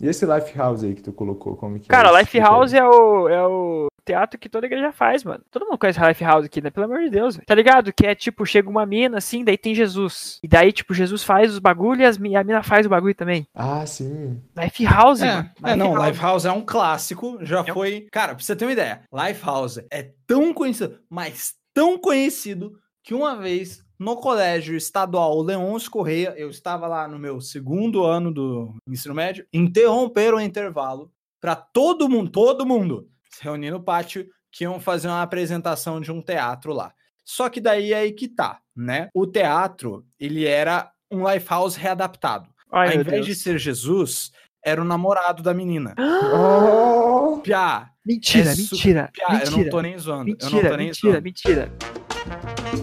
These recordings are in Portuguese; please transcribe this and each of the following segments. E esse Lifehouse aí que tu colocou, como que Cara, é? esse? Lifehouse é o, é o teatro que toda igreja faz, mano. Todo mundo conhece Lifehouse aqui, né? Pelo amor de Deus, velho. tá ligado? Que é tipo, chega uma mina assim, daí tem Jesus. E daí, tipo, Jesus faz os bagulhos e as mi- a mina faz o bagulho também. Ah, sim. Lifehouse, mano. É, é, não, Lifehouse. Lifehouse é um clássico, já É um- foi... Cara, pra você ter uma ideia, Lifehouse é tão conhecido, mas tão conhecido, que uma vez, no colégio estadual Leôncio Correia, eu estava lá no meu segundo ano do ensino médio, interromperam o intervalo para todo mundo, todo mundo, se reunir no pátio, que iam fazer uma apresentação de um teatro lá. Só que daí é aí que tá, né? O teatro, ele era um Lifehouse readaptado. Ai, Ao meu invés Deus. de ser Jesus, era o namorado da menina. Ah, Oh! Piá, Mentira, é super- mentira, piá, eu não mentira. tô nem zoando. eu não Mentira, tô nem mentira, zoando. mentira.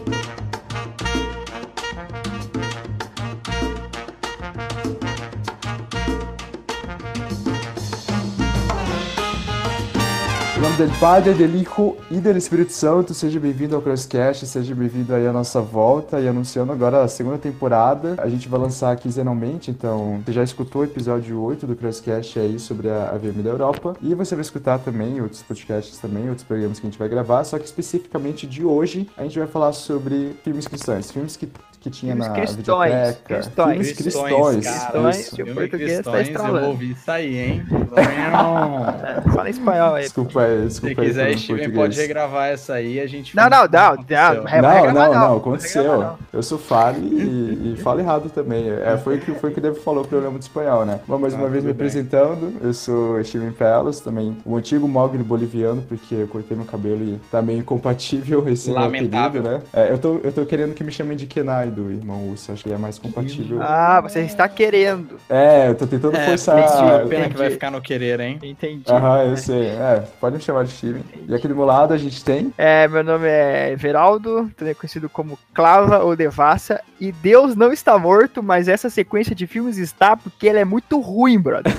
Em nome do Padre, do Hijo e do Espírito Santo, seja bem-vindo ao Crosscast, seja bem-vindo aí à nossa volta e anunciando agora a segunda temporada. A gente vai lançar quinzenalmente, então você já escutou o episódio 8 do Crosscast aí sobre a, a VM da Europa e você vai escutar também outros podcasts também, outros programas que a gente vai gravar, só que especificamente de hoje a gente vai falar sobre filmes cristãos, filmes que, que tinha Filmes na cristãos, videoteca. cristãos. Filmes cristãos, cara. isso. Cristãos. o português tá estralando. Eu vou ouvir isso aí, hein? Não. É, fala em espanhol aí. Desculpa aí, Se desculpa aí pelo quiser, Steven, pode português. regravar essa aí, a gente... Não, finge não, que não, aconteceu. não, É, vai não, gravar não, não, não, vai aconteceu. gravar não. Eu sou Fale e, e falo errado também. É, foi, o que, foi o que o David falou pro programa de espanhol, né? Bom, mais Ah, uma vez tudo me bem. apresentando, eu sou Steven Pelos, também o antigo mogno boliviano, porque eu cortei meu cabelo e tá meio incompatível esse meu Lamentável. apelido, né? É, eu, tô, eu tô querendo que me chamem de Kenai do irmão Urso, acho que é mais compatível. Ah, você está querendo. É, eu tô tentando É, forçar. pena pena que vai entendi. ficar no querer, hein? Entendi. Aham, eu sei. É, pode me chamar de Steven. E aqui do meu lado a gente tem. É, meu nome é Veraldo, também conhecido como Clava ou Devassa, e Deus não está morto, mas essa sequência de filmes está porque ela é muito ruim, brother.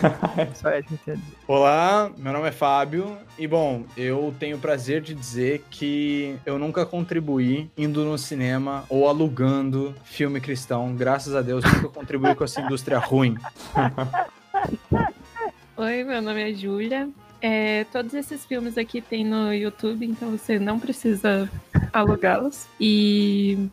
Só é, entende? Olá, meu nome é Fábio e bom, eu tenho o prazer de dizer que eu nunca contribuí indo no cinema ou alugando filme cristão. Graças a Deus, nunca contribuí com essa indústria ruim. Oi, meu nome é Júlia. É, todos esses filmes aqui tem no YouTube, então você não precisa alugá-los. E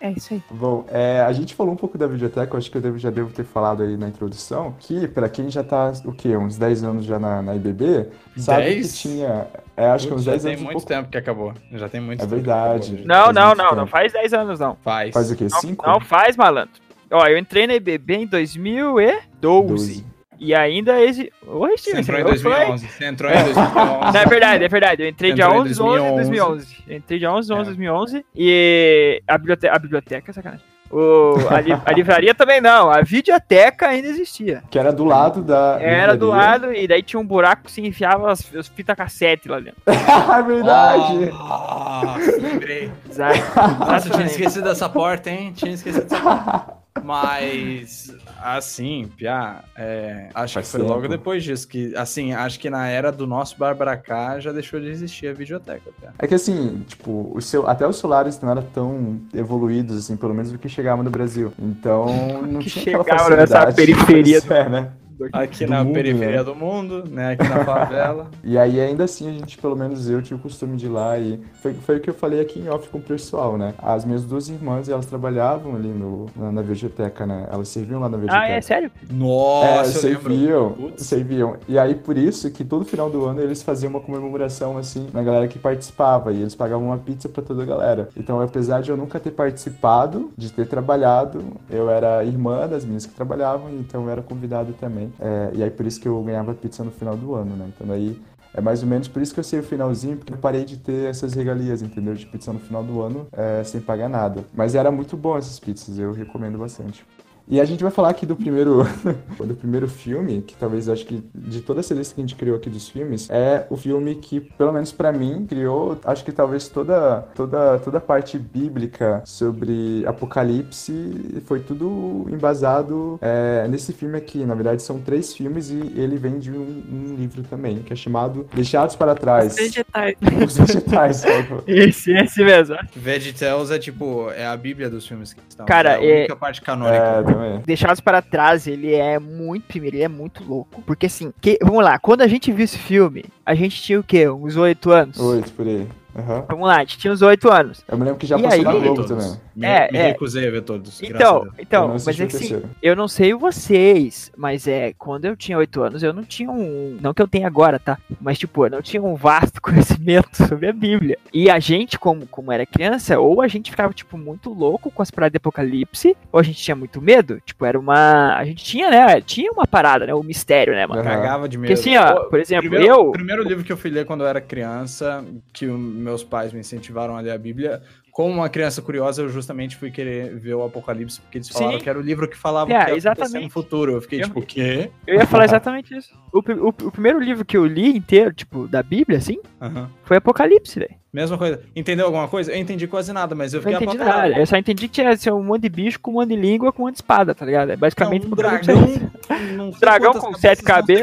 é isso aí. Bom, é, a gente falou um pouco da videoteca, eu acho que eu devo- já devo ter falado aí na introdução, que pra quem já tá, o quê, uns 10 anos já na, na IBB, sabe que 10? tinha, é, acho que Putz, uns já 10 tem anos e muito pouco. tempo que acabou. Já tem muito É tempo que verdade. acabou. né? Não, Faz não, muito não, não tempo. faz 10 anos não. Faz. Faz o quê, Não, 5? não faz, malandro. Ó, eu entrei na IBB em 2012. E ainda esse. é Oi, Você Steven, entrou em eu falei? 2011. Você entrou em 2011. Não, é verdade, é verdade. Eu entrei dia Entrou em 11 de 11 de 2011. Eu entrei dia 11 de 11 É. de 2011 e a biblioteca, a biblioteca sacanagem. O, a, li- a livraria também não, a videoteca ainda existia. Que era do lado da Era do livraria. lado e daí tinha um buraco que se enfiava as, as fitas cassete lá dentro. é verdade! Ah, lembrei. Exato. Nossa, eu tinha Exatamente. esquecido dessa porta, hein? Tinha esquecido dessa porta. Mas, assim, Piá, é, acho Faz que foi tempo. logo depois disso. Que, assim, acho que na era do nosso Barbaracá já deixou de existir a videoteca, Piá. É que assim, tipo, o seu, até os celulares não eram tão evoluídos, assim, pelo menos do que chegavam no Brasil. Então, não Que tinha aquela chegavam nessa facilidade. periferia. Pois é, né? Aqui Do na mundo, periferia né? do mundo, né? Aqui na favela. E aí, ainda assim, a gente, pelo menos eu, tinha o costume de ir lá e foi, foi o que eu falei aqui em off com o pessoal, né? As minhas duas irmãs, elas trabalhavam ali no, na, na videoteca, né? Elas serviam lá na Ah, videoteca. é sério? É, Nossa, eu lembro. serviam, Putz. serviam. E aí, por isso que todo final do ano eles faziam uma comemoração, assim, na galera que participava. E eles pagavam uma pizza pra toda a galera. Então, apesar de eu nunca ter participado, de ter trabalhado, eu era irmã das minhas que trabalhavam, então eu era convidado também. É, e aí, por isso que eu ganhava pizza no final do ano, né? Então, daí. É mais ou menos por isso que eu sei o finalzinho, porque eu parei de ter essas regalias, entendeu? De pizza no final do ano, é, sem pagar nada. Mas era muito bom essas pizzas, eu recomendo bastante. E a gente vai falar aqui do primeiro, do primeiro filme, que talvez eu acho que de toda essa lista que a gente criou aqui dos filmes, é o filme que, pelo menos pra mim, criou, acho que talvez toda, toda, toda a parte bíblica sobre Apocalipse foi tudo embasado é, nesse filme aqui. Na verdade, são três filmes e ele vem de um, um livro também, que é chamado Deixados para Trás. Vegetais. Os Vegetais. por favor. Esse, esse mesmo. Vegetables é tipo, é a bíblia dos filmes cristãos. Cara, é a é- única parte É, canônica. Não é. Deixados para Trás, ele é muito, primeiro, ele é muito louco. Porque assim, que- vamos lá, quando a gente viu esse filme, a gente tinha o quê? Uns oito anos? Oito por aí. Aham. Vamos lá, a gente tinha uns oito anos. Eu me lembro que já E passou aí? na Globo Todos. também. Me, É, me é. recusei a ver todos. graças a Então, Deus. Eu então, não mas assisti é o que se- terceiro. eu não sei vocês, mas é, quando eu tinha oito anos, eu não tinha um, não que eu tenha agora, tá? Mas tipo, eu não tinha um vasto conhecimento sobre a Bíblia. E a gente, como, como era criança, ou a gente ficava tipo muito louco com as paradas de apocalipse, ou a gente tinha muito medo, tipo, era uma, a gente tinha, né, tinha uma parada, né, o mistério, né, mano? Aham. Cagava de medo. Porque assim, ó, Pô, por exemplo, primeiro, eu, O primeiro livro que eu fui ler quando eu era criança, que o- meus pais me incentivaram a ler a Bíblia, como uma criança curiosa, eu justamente fui querer ver o Apocalipse, porque eles falaram Sim. que era o livro que É, falava o que ia acontecer exatamente. no futuro. Eu fiquei Eu- tipo, o quê? eu ia falar exatamente isso. O, pri- o- o primeiro livro que eu li inteiro, tipo, da Bíblia, assim, Aham. foi Apocalipse, velho. Mesma coisa. Entendeu alguma coisa? Eu entendi quase nada, mas eu Não fiquei entendi apavorado. nada. Eu só entendi que tinha assim, um monte de bicho com um monte de língua com um monte de espada, tá ligado? É Não, basicamente um porque não dragão, sei. não sei Dragão quantas com sete cabeças,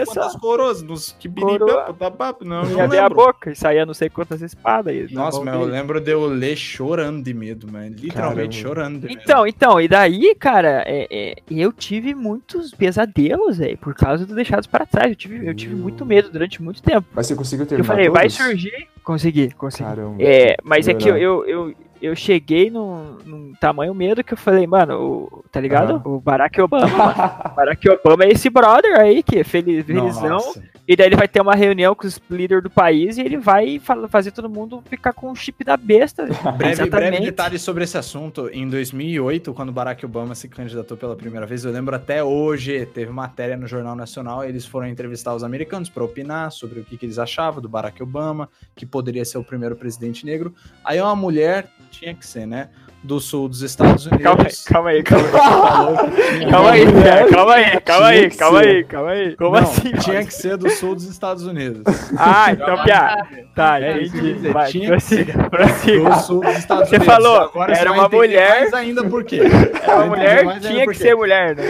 cabeças. Não sei quantas coroas, nos que Coroa. biriba, papapá, não, Ia não abrir a lembro. boca e saía não sei quantas espadas. e- Nossa, não, mas eu não- lembro de eu ler chorando de medo, mano. Literalmente Caramba. chorando de medo. Então, então, e daí, cara, é- é, eu tive muitos pesadelos aí por causa do Deixados para Trás. Eu tive, eu tive muito medo durante muito tempo. Mas você conseguiu Eu terminar falei, vai todos? surgir. Consegui, consegui. Caramba. É, mas é que eu, Legal. eu, eu, eu cheguei num, num tamanho medo que eu falei, mano, o- tá ligado? O Barack Obama, mano. Barack Obama é esse brother aí que feliz, felizão. Nossa. E daí ele vai ter uma reunião com os líderes do país e ele vai fa- fazer todo mundo ficar com o chip da besta. Breve, Exatamente. breve detalhe sobre esse assunto. Em 2008, quando Barack Obama se candidatou pela primeira vez, eu lembro até hoje, teve matéria no Jornal Nacional, eles foram entrevistar os americanos para opinar sobre o que, que eles achavam do Barack Obama, que poderia ser o primeiro presidente negro. Aí uma mulher, tinha que ser, né, do sul dos Estados Unidos, Calma aí, calma aí, calma aí. falou que tinha- Calma aí, Mulher. cara, calma aí, calma aí, Tinha que calma ser. aí, calma aí. Como Não, assim? Tinha que ser do sul dos Estados Unidos. Ah, então, Piá. Tá, É isso que eu ia entendi. dizer, Vai, tinha que prossiga, prossiga. Do sul dos Estados Você Unidos. falou, você era vai uma entender mulher. Mais ainda por quê? Era uma Vai entender mulher, mais ainda tinha por que quê. ser mulher, né?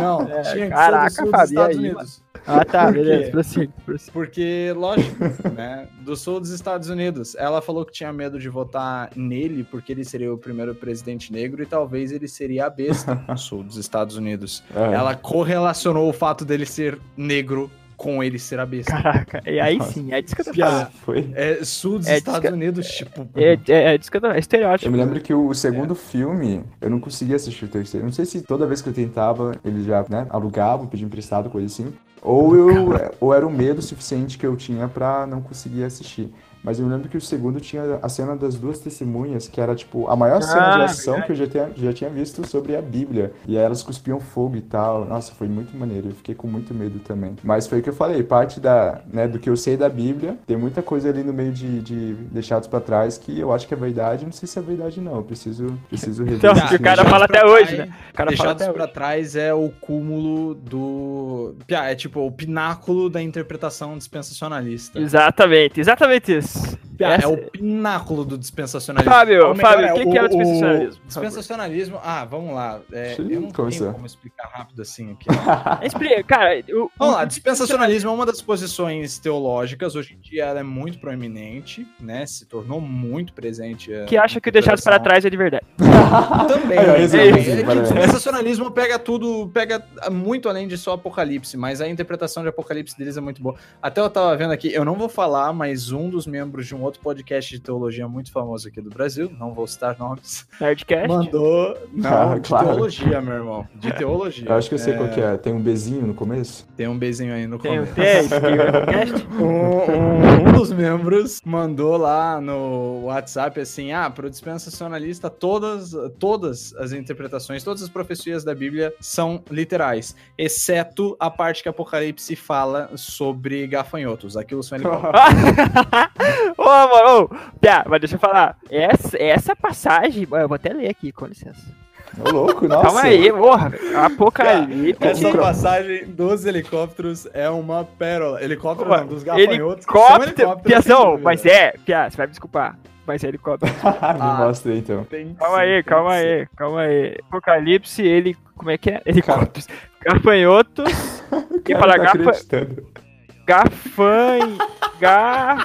Não, É, tinha que caraca, ser do sul dos Fabi, Estados aí, Unidos. Ah, tá, Por quê? beleza, prossiga, prossiga. Porque, lógico, né? Do sul dos Estados Unidos. Ela falou que tinha medo de votar nele porque ele seria o primeiro presidente negro e talvez ele seria a besta do sul dos Estados Unidos. É. Ela correlacionou o fato dele ser negro com ele ser a besta. Caraca, e aí sim, é disso que eu tô falando. Foi. É sul dos É, diz Estados que- Unidos, tipo. É, é, é disso que eu tô é estereótipo. Eu me lembro que o segundo filme, eu não conseguia assistir o terceiro. Não sei se toda vez que eu tentava, ele já, né, alugava, pedia emprestado, coisa assim. Ou eu ou era o medo suficiente que eu tinha pra não conseguir assistir. Mas eu me lembro que o segundo tinha a cena das duas testemunhas, que era tipo a maior cena de Ah, ação que eu já tinha, já tinha visto sobre a Bíblia. E aí elas cuspiam fogo e tal. Nossa, foi muito maneiro. Eu fiquei com muito medo também. Mas foi o que eu falei, parte da, né, do que eu sei da Bíblia, tem muita coisa ali no meio de, de deixados pra trás que eu acho que é verdade. Não sei se é verdade, não. Eu preciso, preciso rever. Então, esse que o filme. cara Deixados fala pra até hoje, trás- né? O cara fala Deixados até pra hoje. trás é o cúmulo do. Piá, É tipo o pináculo da interpretação dispensacionalista. Exatamente, exatamente isso. Piá, Essa- É o pináculo do dispensacionalismo. Fábio, Ou melhor, Fábio, o que que é o dispensacionalismo, por dispensacionalismo, ah, vamos lá. é, Sim, eu não começou. tenho como explicar rápido assim aqui. Explica, cara. o- Vamos o- lá, dispensacionalismo é uma das posições teológicas. Hoje em dia ela é muito proeminente, né? Se tornou muito presente. é, Que acha que o na Deixados para população. Trás é de verdade. Também. Aí, ó, né? resumo, É que resumo, o parabéns. dispensacionalismo pega tudo, pega muito além de só Apocalipse, mas a interpretação de Apocalipse deles é muito boa. Até eu tava vendo aqui, eu não vou falar, mas um dos membros de um outro podcast de teologia muito famoso aqui do Brasil, não vou citar nomes, Nerdcast. mandou. Não, Ah, de claro. teologia, meu irmão. De teologia. Eu acho que eu sei É, qual que é. Tem um Bzinho no começo? Tem um bezinho aí no Tem o começo. Test, tem o Nerdcast. Um, um dos membros mandou lá no WhatsApp assim: ah, pro dispensacionalista, todas, todas as interpretações, todas as profecias da Bíblia são literais, exceto a parte que Apocalipse fala sobre gafanhotos. Aquilo são ele fala. Ô, amor, ô. Pia, mas deixa eu falar. Essa, essa passagem. Eu vou até ler aqui, com licença. Ô, louco, nossa. Calma aí, porra. Apocalipse. Essa passagem dos helicópteros é uma pérola. Helicóptero Ué, não, dos gafanhotos. que são Helicóptero. helicópteros, sem Piazão, dúvida. mas é. Pia, você vai me desculpar. Mas é helicóptero. Me Ah. mostra aí, então. Tem que Calma ser, tem aí, que calma ser. aí, calma aí. Apocalipse, ele. Como é que é? Helicópteros. Gafanhotos. O E cara fala não tá gafa- acreditando. Gafan.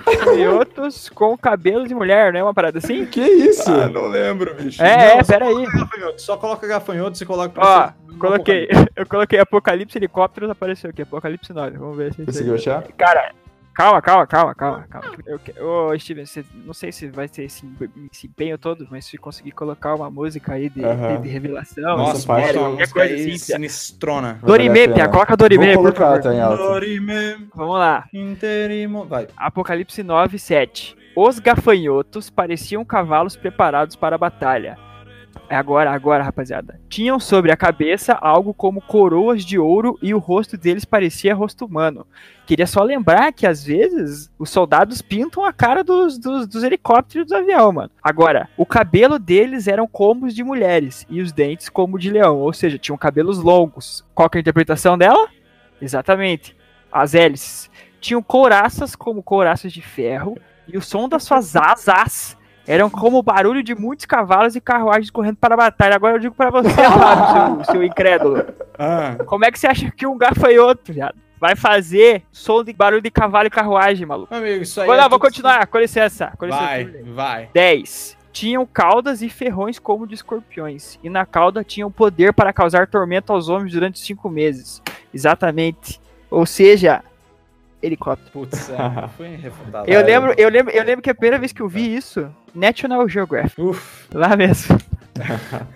gafanhotos com cabelo de mulher, não é uma parada assim? Que isso? Ah, não lembro, bicho. É, Não, é, só peraí. coloca gafanhoto, Só coloca gafanhoto e Ó, coloca pra você- Coloquei, eu coloquei Apocalipse Helicópteros, apareceu aqui, Apocalipse 9. Vamos ver se isso aí- Conseguiu achar? Cara, calma, calma, calma, calma, calma. Eu, que- ô, Steven, você, não sei se vai ter esse, empe- esse empenho todo, mas se conseguir colocar uma música aí de, Aham. de, de revelação, Nossa, de parte mistério, é uma qualquer coisa assim. Pia. sinistrona. Vai valer a Dorime, pena. Pia, coloca Dorime, Vou por colocar, favor. tá em alta. Dorime, Vamos lá. interimo. Vai. Apocalipse 9, 7. Os gafanhotos pareciam cavalos preparados para a batalha. É agora, agora, rapaziada. Tinham sobre a cabeça algo como coroas de ouro e o rosto deles parecia rosto humano. Queria só lembrar que às vezes os soldados pintam a cara dos, dos, dos helicópteros e dos avião, mano. Agora, o cabelo deles eram como os de mulheres e os dentes como de leão, ou seja, tinham cabelos longos. Qual que é a interpretação dela? Exatamente. As hélices tinham couraças como couraças de ferro, e o som das suas asas eram como o barulho de muitos cavalos e carruagens correndo para a batalha. Agora eu digo para você, Olavo, seu, seu incrédulo. Ah, Como é que você acha que um gafanhoto, viado, vai fazer som de barulho de cavalo e carruagem, maluco? amigo, isso aí. Vou é lá, vou tudo- continuar, com licença. Com licença. Vai, vai. 10. Tinham caudas e ferrões como de escorpiões, e na cauda tinham poder para causar tormento aos homens durante cinco meses. Exatamente. Ou seja, helicóptero. Putz, é, fui refutado. Eu lembro, eu lembro, eu lembro que a primeira vez que eu vi isso, National Geographic, Uf, lá mesmo.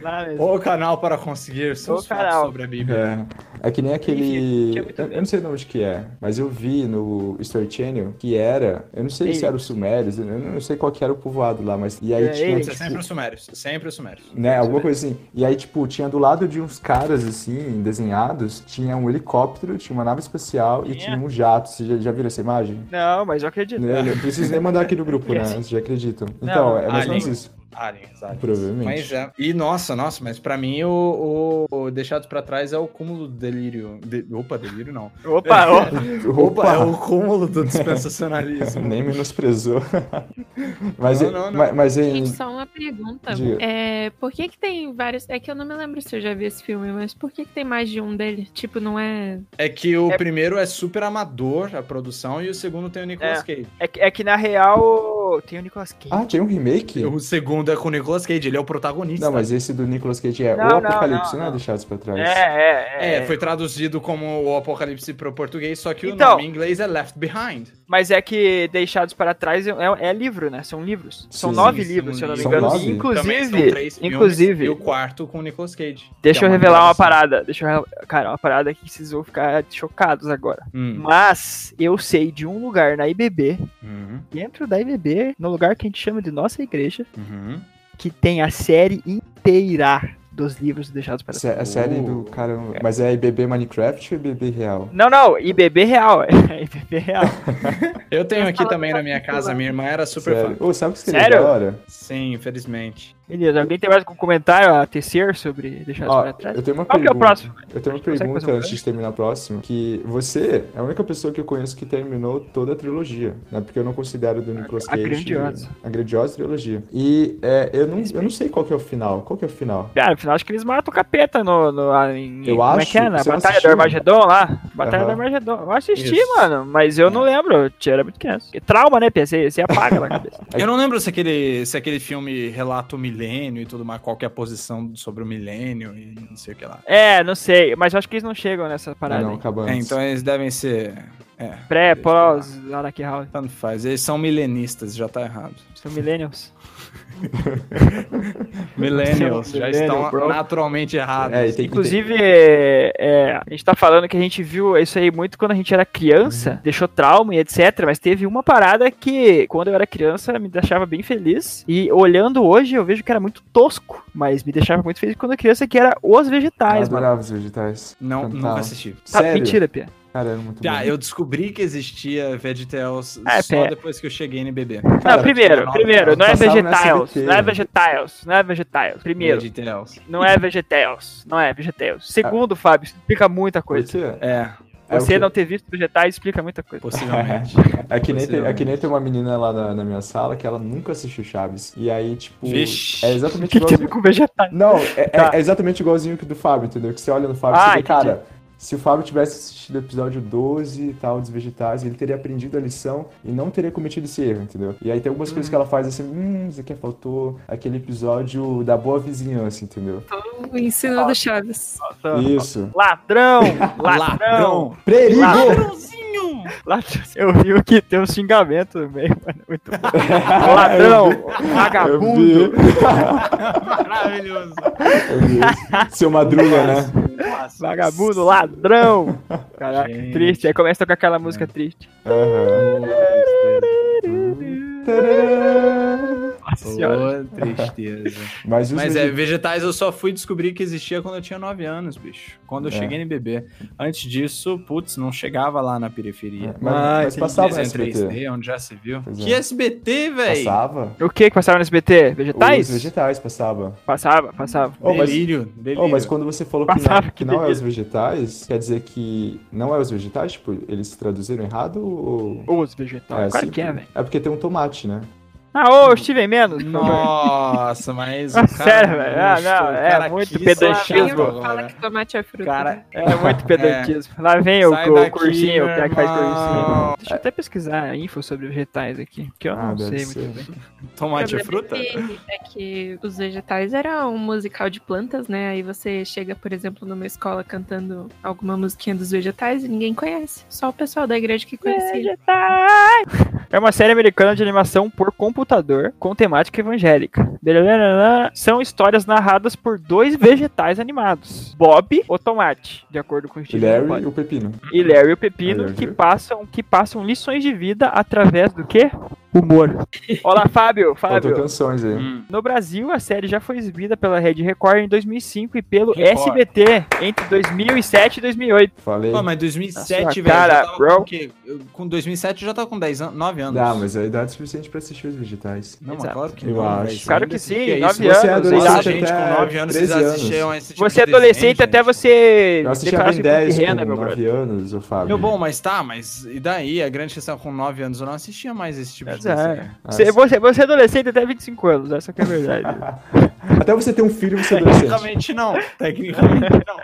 lá mesmo. o canal para conseguir seus O fatos canal. sobre a Bíblia. É. é que nem aquele. que é muito eu, eu não sei de onde que é, mas eu vi no Story Channel que era. Eu não sei se Ei. era os Sumérios, eu não sei qual que era o povoado lá, mas. E aí É, tinha. ei. tipo, É sempre é os sumérios, sempre os sumérios. né, alguma coisa assim. E aí, tipo, tinha do lado de uns caras, assim, desenhados, tinha um helicóptero, tinha uma nave espacial e Tinha. tinha um jato. Vocês já, já viram essa imagem? Não, mas eu acredito. Né, Eu preciso nem mandar aqui no grupo, né? Vocês já acreditam. Então, é mais ou menos alien. isso. Aliens, aliens. Provavelmente. Mas é. E nossa, nossa, mas pra mim o, o, o Deixados pra Trás é o cúmulo do delírio. De- opa, delírio não. Opa, ó. Opa, Opa! é o cúmulo do dispensacionalismo. Nem menosprezou. mas, Não, e- não, não. mas, mas em. Gente, só uma pergunta. Diga. É, por que que tem vários... É que eu não me lembro se eu já vi esse filme, mas por que que tem mais de um dele? Tipo, não é... É que o É- primeiro é super amador, a produção, e o segundo tem o Nicolas Cage. É, que- é que na real tem o Nicolas Cage. Ah, tem um remake? O segundo é com o Nicolas Cage, ele é o protagonista. Não, mas esse do Nicolas Cage é Não, o não, Apocalipse, não, não, é não. deixados pra trás. é, é, É, é. foi traduzido como o Apocalipse pro português, só que o Então- nome em inglês é Left Behind. Mas é que Deixados para Trás é, é livro, né? São livros. São Sim, nove sim, livros, se eu não me são engano. nove. Também são Inclusive, três filmes, inclusive, E o quarto com o Nicolas Cage. deixa que é eu revelar uma gravação. parada. Deixa eu, re- cara, uma parada que vocês vão ficar chocados agora. Hum, Mas eu sei de um lugar na IBB uhum, dentro da IBB, no lugar que a gente chama de nossa igreja, uhum. que tem a série inteira dos livros deixados para Sé- A série do Uh. caramba. Mas é IBB Minecraft ou IBB Real? Não, não, IBB real, é IBB real. Eu tenho Eu aqui falo também do na minha Capitão casa, lá. minha irmã era super Sério. fã. Ô, sabe o que seria Sério? da hora? Sim, infelizmente. Beleza, alguém tem mais algum comentário a tecer sobre deixados Ó, para trás? eu tenho uma Qual que é pergunta. o próximo? Eu tenho uma Consegue pergunta fazer um antes de terminar a próxima, que você é a única pessoa que eu conheço que terminou toda a trilogia, né? Porque eu não considero do Nicolas a Cage... grandiosa. A grandiosa trilogia. E é, eu, não, eu não sei qual que é o final. Qual que é o final? Cara, afinal Ah, acho que eles matam o capeta no. no lá em, Eu como é acho, que é? Na você não Batalha do assistiu? Armagedon lá. Batalha do Aham. É. Armagedon. Eu assisti, Isso. mano, mas eu não lembro. Eu tinha- era muito criança. Porque Trauma, né, Pia? Você você apaga na cabeça. É- Eu não lembro se aquele, se aquele filme relata o milênio e tudo mais, qual que é a posição sobre o milênio e não sei o que lá. É, não sei, mas eu acho que eles não chegam nessa Ah, parada. não, aí. acabou É, antes. então eles devem ser. É, Pré, pós, Anarchy House. tanto faz. Eles são milenistas, já tá errado. São millennials. Millennials já Millennial, estão bro. naturalmente errados. É, e tem que Inclusive, é, é, a gente tá falando que a gente viu isso aí muito quando a gente era criança, Uhum. deixou trauma e etc. Mas teve uma parada que, quando eu era criança, me deixava bem feliz. E olhando hoje, eu vejo que era muito tosco, mas me deixava muito feliz quando criança, que era os Eu vegetais, mano. adorava os vegetais. Não, Então, nunca tá. assisti. Tá, Ah, Sério? mentira, Pia. Cara, era muito Ah, bom. eu descobri que existia VeggieTales É, só pé. depois que eu cheguei no BB. Cara, não, primeiro, não, primeiro, não é passava no vegetales, SBT, não é né? vegetales, não é vegetales. Primeiro, VeggieTales. não é vegetales, não é vegetales. Segundo, Fábio, isso explica muita Por coisa. quê? É, É o Você quê? não ter visto vegetais explica muita coisa. possivelmente. É que, nem tem, é que nem Possivelmente. tem uma menina lá na, na minha sala que ela nunca assistiu Chaves. E aí, tipo, Vixe. é exatamente Que tem igualzinho. com vegetais? Não, é, é- Tá. é exatamente igualzinho que do Fábio, entendeu? Que você olha no Fábio e Ah, você vê, entendi. cara, Se o Fábio tivesse assistido o episódio 12 e tal, dos vegetais, ele teria aprendido a lição e não teria cometido esse erro, entendeu? E aí tem algumas coisas que ela faz assim, hum, isso aqui faltou aquele episódio da boa vizinhança, entendeu? O ensino do Chaves. Nossa, Isso. Ladrão! Ladrão! Perigo! Ladrãozinho! Ladrão. Eu vi que tem um xingamento no meio, mano. Muito bom. Ladrão! Eu Vagabundo! vi. Maravilhoso. Eu vi isso. Seu Madruga, né? Nossa. Vagabundo, ladrão! Caraca, Gente. É. triste. Aí começa a tocar aquela música triste. Oh, Aham. Nossa senhora. Ô, Oh, tristeza. Mas, os Mas é, vege- vegetais eu só fui descobrir que existia quando eu tinha 9 anos, bicho. Quando eu É. cheguei no bebê. Antes disso, putz, não chegava lá na periferia. É, mas- Ah, mas passava no em SBT. 3D, onde já se viu. né? Pois Que é. SBT, véi! Passava? O que que passava no SBT? Os Vegetais? vegetais passava. Passava, passava. Oh, mas- Delírio, delírio. Oh, mas quando você falou que não, Passava, que que não é delícia. os vegetais, quer dizer que não é os vegetais? Tipo, eles traduziram errado ou. Os vegetais. claro assim? que é, velho. É porque tem um tomate, né? Ah, ô, Steven menos. Nossa, mas. o Ah, cara sério, velho? Ah, justo, não, o é cara muito quis pedantismo. achar agora. né? Fala que tomate é fruta. Cara, É muito pedantismo. Lá vem o, Sai o daqui, cursinho, o meu cara que faz irmão. cursinho. Deixa eu até pesquisar info sobre vegetais aqui, que eu Ah, não deve sei ser. muito bem. tomate é O problema fruta? É que, é que os vegetais era um musical de plantas, né? Aí você chega, por exemplo, numa escola cantando alguma musiquinha dos vegetais e ninguém conhece. Só o pessoal da igreja que conhecia. É uma série americana de animação por computador com temática evangélica. Belalala. São histórias narradas por dois vegetais animados: Bob ou Tomate, de acordo com o E Steve Larry Bob. e o pepino. e Larry o Pepino, Larry. que passam, que passam lições de vida através do quê? Humor. Olá, Fábio. Faltam Fábio. canções aí. Hum. No Brasil, a série já foi exibida pela Rede Record em 2005 e pelo Record. SBT entre 2007 e 2008. Falei. Pô, mas 2007, Nossa, velho. cara, eu tava com bro. o quê? Eu- Com 2007 eu já tava com 10 anos, 9 anos. Dá, mas é a idade suficiente pra assistir os vegetais. Não, mas Exato. claro que Eu não. acho. velho. Claro que Ainda sim, que é isso. nove Você é anos, adolescente idade com até 9 anos, vocês 13 anos. assistiam esse tipo Você é de desenho, adolescente gente. até você Eu assistia declarar bem seu 10 imposto de renda, com meu brother. 9 anos, o Fábio. Meu bom, mas tá, mas e daí? A grande questão é com 9 anos eu não assistia mais esse tipo de É. desenho. Você, você, você é adolescente até 25 anos, essa que é a verdade. Até você ter um filho, você é adolescente. Tecnicamente não, tecnicamente não.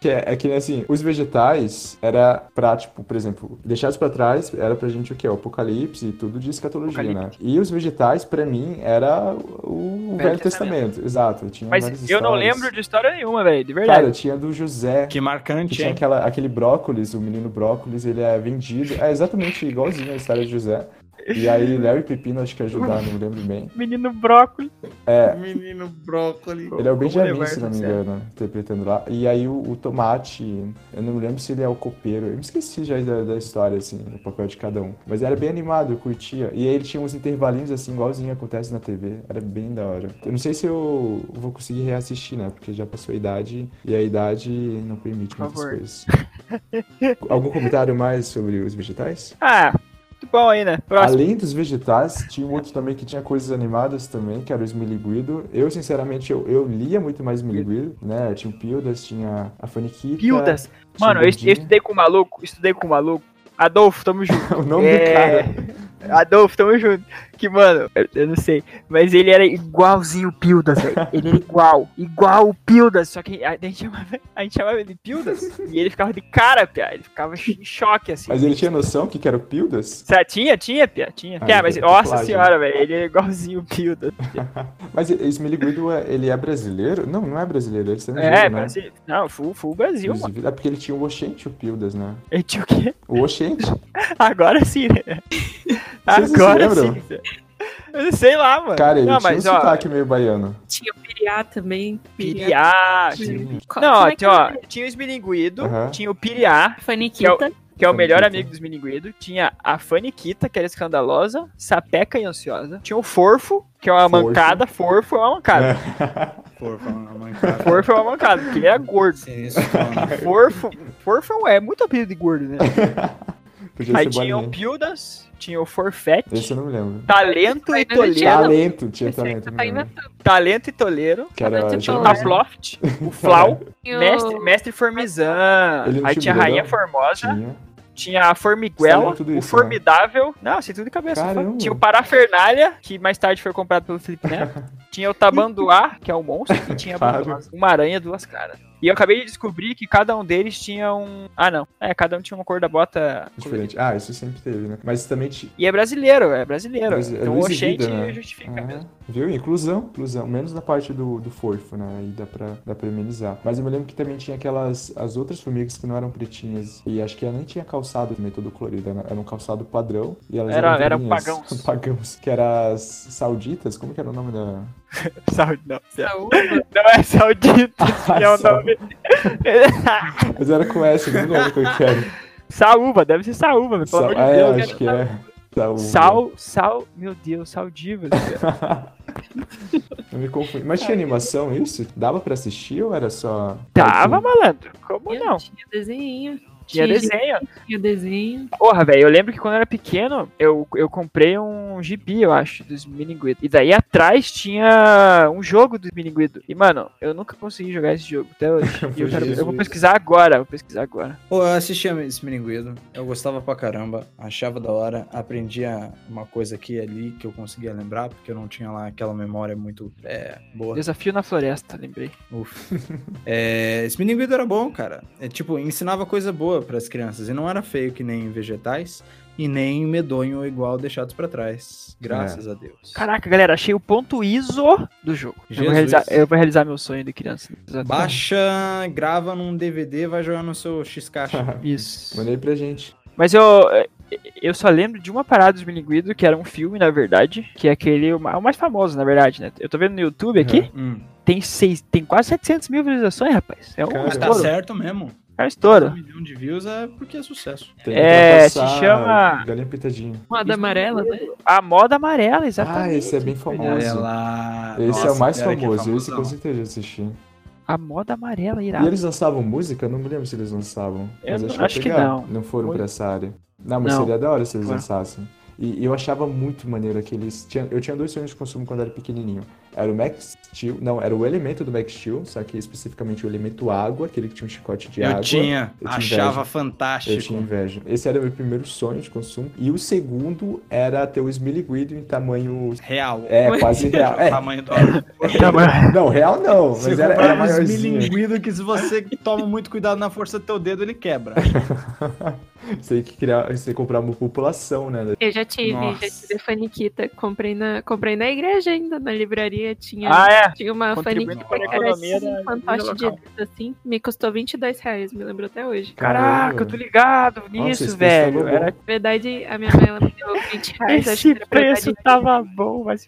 Que é, é que nem assim, os vegetais era pra, tipo, por exemplo, deixados pra trás era pra gente o quê? O apocalipse e tudo de escatologia, né? E os vegetais, pra mim, era o, o Velho, Velho Testamento. Exato. Tinha várias Mas eu não histórias. lembro de história nenhuma, velho, de Cara, verdade. tinha do José, Que que marcante, tinha hein? aquela, aquele brócolis, o menino brócolis, ele é vendido. É exatamente igualzinho a história de José. E aí, Léo e Pepino, acho que ajudaram, não lembro bem. Menino brócolis. Menino brócoli. Ele é o Como Benjamin, levar se não me essa engano, interpretando lá. E aí o, o Tomate, eu não me lembro se ele é o copeiro, eu me esqueci já da, da história, assim, o papel de cada um. Mas era bem animado, eu curtia. E aí ele tinha uns intervalinhos, assim, igualzinho acontece na TV. Era bem da hora. Eu não sei se eu vou conseguir reassistir, né? Porque já passou a idade e a idade não permite Por muitas favor. coisas. Algum comentário mais sobre os vegetais? Ah, muito bom aí, né? Próximo. Além dos vegetais, tinha um outro também que tinha coisas animadas também, que era o Smiliguido. Eu, sinceramente, eu, eu lia muito mais Smiliguido, né? Tinha o Pildas, tinha a Faniquita. Pildas. tinha o Mano, eu, est- eu Gordinho. estudei com o maluco, estudei com o maluco. Adolfo, tamo junto. O nome do É. cara. Adolfo, tamo junto. Que, mano, eu, eu não sei. Mas ele era igualzinho o Pildas, velho. Ele era igual. Igual o Pildas. Só que a, a gente chamava, a gente chamava ele de Pildas. e ele ficava de cara, piá. Ele ficava em choque, assim. Mas ele tinha noção que que era o Pildas? Sabe, tinha, tinha, Pia, tinha. Ah, Pia, mas, é nossa plágio. senhora, velho, ele é igualzinho o Pilda. Mas e- Smiliguido, é- ele é brasileiro? Não, não é brasileiro, ele é estrangeiro, É, né? Brasil. Não, full, full Brasil, mano. Inclusive, É porque ele tinha o Oxente e o Pildas, né? Ele tinha o quê? O Oxente? Agora sim, né? Vocês não Agora se sim. Eu sei lá, mano. Cara, ele não, tinha mas, um ó, sotaque meio baiano. Tinha o piriá também. Piriá. Sim. Co- Não, como ó, é que tinha, ó, era? tinha o Esmilinguido, Aham. tinha o Piriá, Faniquita. que é o melhor Faniquita. amigo do Esmilinguido, tinha a Faniquita, que era escandalosa, sapeca e ansiosa, tinha o Forfo, que é uma Forfo. mancada, Forfo é uma mancada. É. Por favor, mãe, cara. Forfo é uma mancada, porque ele era gordo. Sinistro, mano. Forfo, Forfo é um- é muito apelido de gordo, né? Podia Aí ser tinha um o é bolinha. Pildas, tinha o Forfete, Esse eu não me lembro. Talento e Mas não tinha, Toleiro. não. Talento, tinha Esse aí talento. tá não me lembro. inventando. Talento e Toleiro. Que era Talento e Jane Toleiro. A Austen. Floft, o Flau, Tinha né? o- Mestre, mestre Formizan. Ele não Aí tinha tinha a bigode, Rainha não? Formosa, Tinha. tinha a Você Formiguela, lembra tudo o isso, né? Formidável. Não, sei tudo de cabeça. Caramba. Tinha o Parafernália, que mais tarde foi comprado pelo Felipe Neto. tinha o Tabanduá, que é o um monstro, e tinha Claro. uma aranha duas caras. E eu acabei de descobrir que cada um deles tinha um. Ah, não. É, cada um tinha uma cor da bota. colorida. Diferente. Ah, isso sempre teve, né? Mas também. ti- E é brasileiro, é brasileiro. Mas é então o Luiz e Oxente Guida, né? justifica Ah, mesmo. Viu? Inclusão, inclusão. Menos na parte do, do forfo, né? Aí dá pra, dá pra amenizar. Mas eu me lembro que também tinha aquelas as outras formigas que não eram pretinhas. E acho que ela nem tinha calçado também todo colorido. Era, era um calçado padrão. E elas Era- eram era vermelhinhas. pagãos. pagãos. Que eram as sauditas. Como que era o nome da. Ah. Saúde, não. Saúva. Não é saudita, que é o Sau- nome. Mas era com S, não lembro qual que era. Saúva, deve ser Saúva, meu, pelo Sau- amor de é, Deus. né? acho que é. Saúva. Sal, sal, meu Deus, Saldivas. cara. Eu me confundi. Mas tinha animação isso? Dava pra assistir ou era só. Tava, malandro. Como não? Tinha desenho. Tinha desenho. Tinha desenho. Porra, velho, eu lembro que quando eu era pequeno, eu, eu comprei um gibi, eu acho, dos Mininguido. E daí atrás tinha um jogo dos Mininguido. E, mano, eu nunca consegui jogar esse jogo até hoje. E eu, quero- eu vou pesquisar agora, vou pesquisar agora. Pô, eu assistia esse Miringuido, eu gostava pra caramba, achava da hora, aprendia uma coisa aqui e ali que eu conseguia lembrar, porque eu não tinha lá aquela memória muito é, boa. Desafio na floresta, lembrei. Uf. É, esse Miringuido era bom, cara. É, tipo, ensinava coisa boa pras crianças, e não era feio que nem vegetais, e nem medonho igual deixados pra trás, É. graças a Deus. Caraca, galera, achei o ponto ISO do jogo. Eu vou, Jesus. realizar, eu vou realizar meu sonho de criança. Baixa, grava num DVD, vai jogar no seu X-Caixa. Isso. Mandei pra gente. Mas eu. Eu só lembro de uma parada dos Milinguido, que era um filme, na verdade, que é aquele. O ma- o mais famoso, na verdade, né? Eu tô vendo no YouTube aqui, Hum. tem, seis, tem quase 700 mil visualizações, rapaz. É um Cara, Mas tá estouro. certo mesmo. É um Um estouro. milhão de views é porque é sucesso. Tem É, pra se passar chama- Galinha Pitadinha. Moda amarela, né? A moda amarela, Ah, exatamente. esse é bem famoso. Olha lá. Esse é o Nossa, mais cara, que famoso, esse famosão. com certeza eu assisti. A moda amarela, E irado. eles lançavam música? Eu Não me lembro se eles lançavam. Tá. Eu Mas não- acho, acho que pegaram. não. Não foram Muito. pra essa área. Não, mas Não. seria da hora se eles Claro. lançassem. E e eu achava muito maneiro aqueles. tinha- Eu tinha dois sonhos de consumo quando era pequenininho. Era o Max Steel. Não, era o elemento do Max Steel, só que especificamente o elemento água, aquele que tinha um chicote de Eu água. tinha, eu tinha achava inveja. fantástico. Eu tinha inveja. Esse era o meu primeiro sonho de consumo. E o segundo era ter o Smiliguido em tamanho. Real. É, quase real. O É, tamanho do álcool. não, real não, mas Você é- era, era comprava os maiorzinho. milinguido que se você toma muito cuidado na força do teu dedo, ele quebra. Você tem que criar, você tem que comprar uma população, né? Eu já tive, Nossa. já tive faniquita. Comprei na, comprei na igreja ainda, na livraria. Tinha, Ah, é? tinha uma Contribuindo faniquita para a que era economia assim, da- um fantoche de local. dedo, assim. Me custou 22 reais, me lembro até hoje. Caraca, eu tô ligado nisso, esse tá preço velho. tava bom. Era... Na verdade, a minha mãe ela me deu 20 reais. acho que Esse era pra eu dar preço de- tava bom, mas.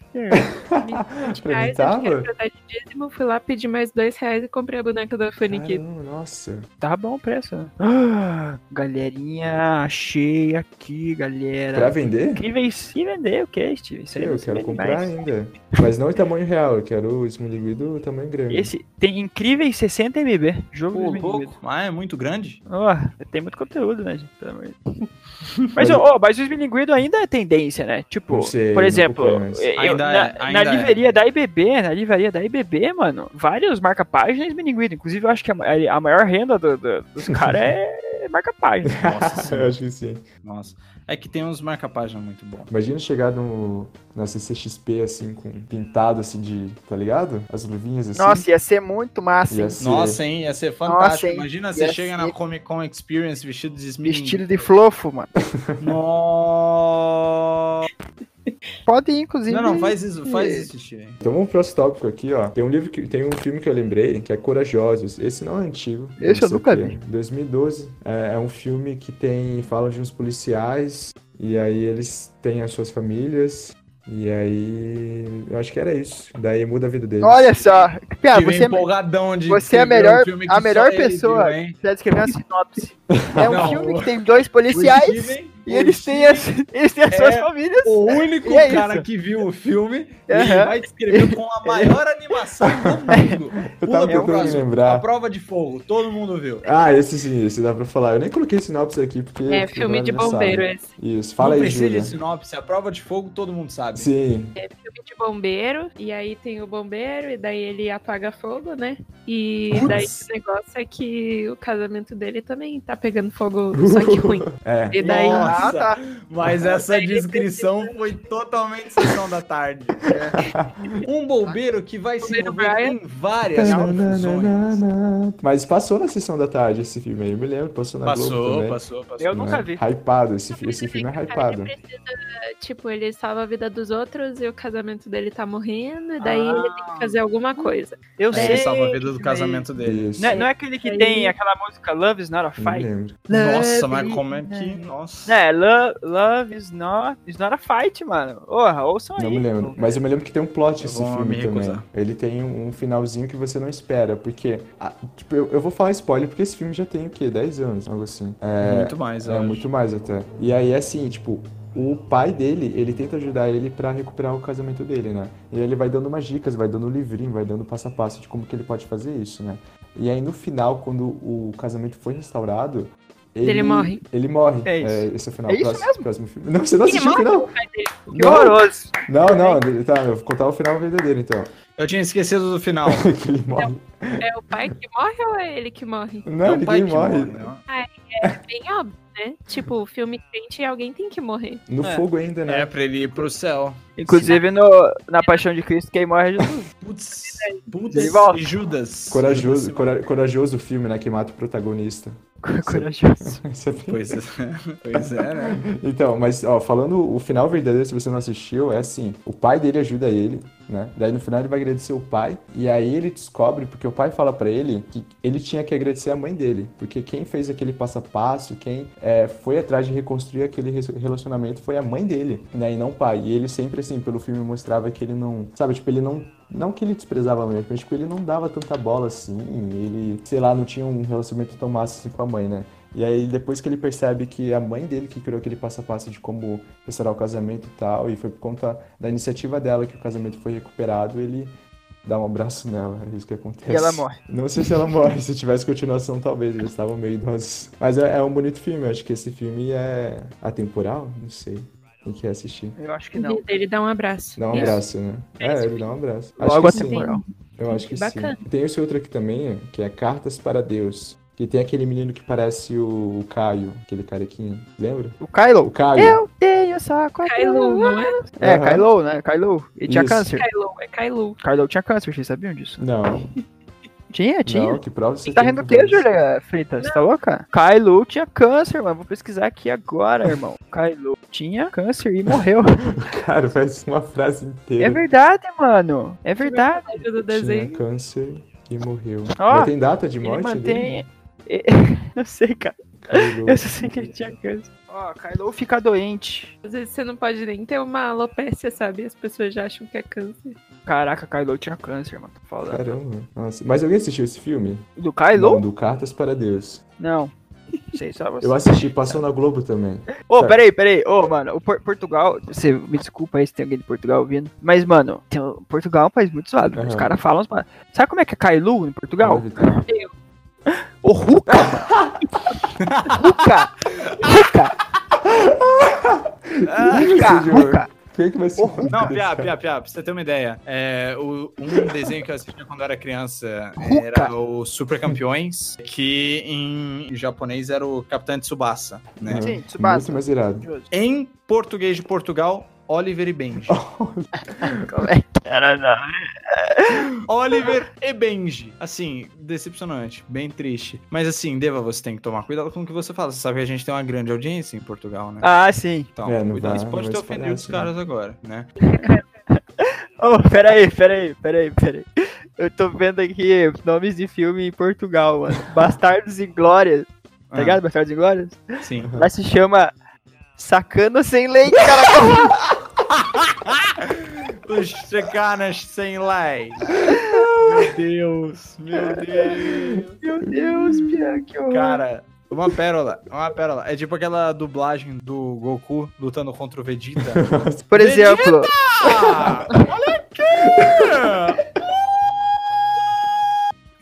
Pra mim reais, acho que tava? era pra dar de dízimo, fui lá, pedi mais dois reais e comprei a boneca da Faniquita. Caramba, nossa. Tá bom o preço, né? Ah, Galerinha, achei aqui, galera. Pra vender? Incrível se vender, ok, Steven. Isso aí eu você quero vende comprar mais. ainda. Mas não em tamanho real, eu quero o Smiliguido tamanho grande. Esse tem incríveis 60 MB. Jogo Pô, dos Minions. louco. Ah, é muito grande? Ó, tem muito conteúdo, né, gente? Pelo amor de Deus. Mas, oh, mas o Smilinguido ainda é tendência, né? Tipo, Não sei, por não exemplo, acompanho isso. eu- Ainda na, é, na ainda é. livraria da IBB, na livraria da IBB, mano, vários marca-páginas Smilinguido. Inclusive, eu acho que a, ma- a maior renda do- do- dos caras é marca-página. Nossa, eu senhora. acho que sim. Nossa. É que tem uns marca-página muito bom. Imagina chegar no, na CCXP, assim, com pintado, assim, de... Tá ligado? As luvinhas, assim. Nossa, ia ser muito massa, Ia hein? ser- Nossa, hein? Ia ser fantástico. hein? Imagina, Ia você ser- chega na Comic Con Experience vestido de Smiling. Estilo de flofo, mano. Nossa. Pode ir, inclusive. Não, não, faz isso, faz isso, Steven. Então vamos pro próximo tópico aqui, ó. Tem um livro que tem um filme que eu lembrei, que é Corajosos. Esse não é antigo. Esse não eu sei nunca o quê. vi. 2012. É, é um filme que tem fala de uns policiais e aí eles têm as suas famílias e aí eu acho que era isso. Daí muda a vida deles. Olha só, Piá, Steven você é empolgadão de você é a escrever melhor- filme a que melhor só ele pessoa. viu, hein? tá descrevendo a sinopse. É um Não, filme o- que tem dois O policiais Steven- e o eles têm, as, eles têm as suas é famílias. O único E é cara isso. que viu o filme ele Aham. vai descrever com a maior animação do mundo. É, eu Pula tava tentando pro me próximo. A lembrar. prova de fogo, todo mundo viu. Ah, esse sim, esse dá pra falar. Eu nem coloquei sinopse aqui porque. É, porque filme agora de já sabe. bombeiro é esse. Isso, fala Não aí, precisa Júlia. de sinopse, a prova de fogo todo mundo sabe. Sim, É filme de bombeiro, e aí tem o bombeiro, e daí ele apaga fogo, né? E daí Putz. o negócio é que o casamento dele também tá pegando fogo, só que ruim. É. E daí. Nossa, Ah, tá. Mas essa descrição foi totalmente sessão da tarde. né? Um bombeiro que vai se Bombeiro envolver Brian. em várias funções. Mas passou na sessão da tarde esse filme aí, eu me lembro, passou né? na Globo Passou, também. passou, passou. Eu nunca vi. Hypado, esse, fi- esse filme é hypado. Ele precisa, tipo, ele salva a vida dos outros e o casamento dele tá morrendo, e daí ele tem Ah. que fazer alguma coisa. Eu Aí sei. Ele salva a vida do mas- casamento dele. Isso, Não é, não é aquele que Aí- tem aquela música Love is not a eu me fight? lembro. Nossa, mas como é que. Nossa. É, love, love is not is not a fight, mano. Porra, ouçam aí. Não me lembro. Mas eu me lembro que tem um plot Eu esse vou me filme também. recusar. Ele tem um um finalzinho que você não espera, porque. ah, Tipo, eu, eu vou falar spoiler, porque esse filme já tem o quê? 10 anos, algo assim. É, Muito mais, eu É, acho. muito mais até. E aí, assim, tipo, o pai dele, ele tenta ajudar ele pra recuperar o casamento dele, né? E ele vai dando umas dicas, vai dando um livrinho, vai dando passo a passo de como que ele pode fazer isso, né? E aí, no final, quando o casamento foi restaurado, ele, Ele morre. Ele morre. É isso. esse é o final. É isso próximo, próximo filme. Não, você não assistiu o final? Que horroroso. Não, não, tá, eu vou contar o final verdadeiro, então. Eu tinha esquecido do final. que ele morre. É o pai que morre ou é ele que morre? Não, É o pai ninguém que morre. né? Bem óbvio, né? Tipo, o filme crente alguém tem que morrer. No É. fogo ainda, né? É pra ele ir pro céu. Inclusive no, na Paixão de Cristo, quem morre é Jesus. Putz, putz, Ele volta. e Judas. Corajoso, Judas- cora- corajoso o filme, né? Que mata o protagonista. Corajoso. Isso é bem- Pois é, pois é, né? Então, mas ó, falando o final verdadeiro, se você não assistiu, é assim: o pai dele ajuda ele, né? Daí no final ele vai agradecer o pai, e aí ele descobre, porque o pai fala pra ele que ele tinha que agradecer a mãe dele, porque quem fez aquele passo a passo, quem é, foi atrás de reconstruir aquele res- relacionamento foi a mãe dele, né? E não o pai. E ele sempre, assim, pelo filme mostrava que ele não, sabe, tipo, ele não não que ele desprezava a mãe, mas tipo, ele não dava tanta bola assim, ele, sei lá, não tinha um relacionamento tão massa assim com a mãe, né? E aí depois que ele percebe que é a mãe dele que criou aquele passo a passo de como restaurar o casamento e tal, e foi por conta da iniciativa dela que o casamento foi recuperado, ele dá um abraço nela, é isso que acontece. E ela morre. Não sei se ela morre, se tivesse continuação talvez, eles estavam meio idosos. Mas é, é um bonito filme, eu acho que esse filme é atemporal, não sei, tem que assistir. Eu acho que não. Ele dá um abraço. Dá um Isso. abraço, né? É, ele dá um abraço. Acho Logo assim. que sim. atemporal. Eu acho que Bacana. sim. Tem esse outro aqui também, que é Cartas para Deus. Que tem aquele menino que parece o Caio, aquele carequinho. Lembra? O Kylo. O Caio. Eu tenho saco aqui. Kylo, não é? É, Aham. Kylo, né? Kylo. Ele tinha Isso. câncer. Kylo, é Kylo. Kylo tinha câncer, vocês sabiam disso? Não, Tinha, tinha. não, que prova você Você tá tem rindo o que quê, ver. Júlia Freitas? Você tá louca? Kylo tinha câncer, mano. Vou pesquisar aqui agora, irmão. Kylo tinha câncer e morreu. Cara, faz uma frase É inteira. verdade, mano. É verdade. Do desenho. Tinha câncer e morreu. Ó, Mas tem data de Ele morte mantém. Eu Não sei, cara. dele? Eu só sei que ele tinha câncer. Ó, Kylo fica doente. Às vezes você não pode nem ter uma alopécia, sabe? As pessoas já acham que é câncer. Caraca, Kylo tinha câncer, mano. Tô falando. Caramba. Nossa. Mas alguém assistiu esse filme? Do Kylo? Não, do Cartas para Deus. Não. Não sei, só você. Eu assisti, passou na Globo também. Ô, peraí, peraí. Ô, mano, o Por- Portugal. Você me desculpa aí se tem alguém de Portugal ouvindo. Mas, mano, tem- Portugal é um país muito zoado. Os Aham. caras falam. umas paradas. Sabe como é que é Kylo em Portugal? Evitar. O Ruka! Ruka! Ruka! Ruka! Ruka! Quem é que vai ser? Não, piá, piá, piá, pra você ter uma ideia. É, o- um desenho que eu assistia quando eu era criança era o Super Campeões, que em japonês era o Capitão Tsubasa, né? Sim, Muito Tsubasa. mais irado. Em português de Portugal, Oliver e Benji. Como é que era, não? Oliver e Benji. Assim, decepcionante, bem triste. Mas assim, Deva, você tem que tomar cuidado com o que você fala. Você sabe que a gente tem uma grande audiência em Portugal, né? Ah, sim. Então, É, não cuidado, vai- isso pode não ter vai ofendido assim, os espalhar, caras agora, né? Ô, oh, peraí, peraí, peraí, peraí. Eu tô vendo aqui nomes de filme em Portugal, mano. Bastardos e Glórias. Tá Ah, ligado? Bastardos e Glórias? Sim. Lá se chama Sacana Sem Lei, cara. Os sacanas sem lei. Meu Deus, meu Deus. Meu Deus, Pia, que horror. Cara, uma pérola, uma pérola. É tipo aquela dublagem do Goku lutando contra o Vegeta. Por exemplo, Ah, olha aqui!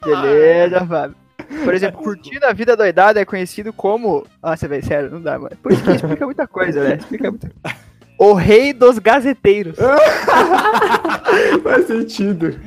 beleza, Fábio. Por É exemplo, Curtindo a Vida Doidada é conhecido como... Nossa, velho, sério, não dá, mano. Por isso que explica muita coisa, né? Explica muita coisa. O Rei dos Gazeteiros. Faz sentido.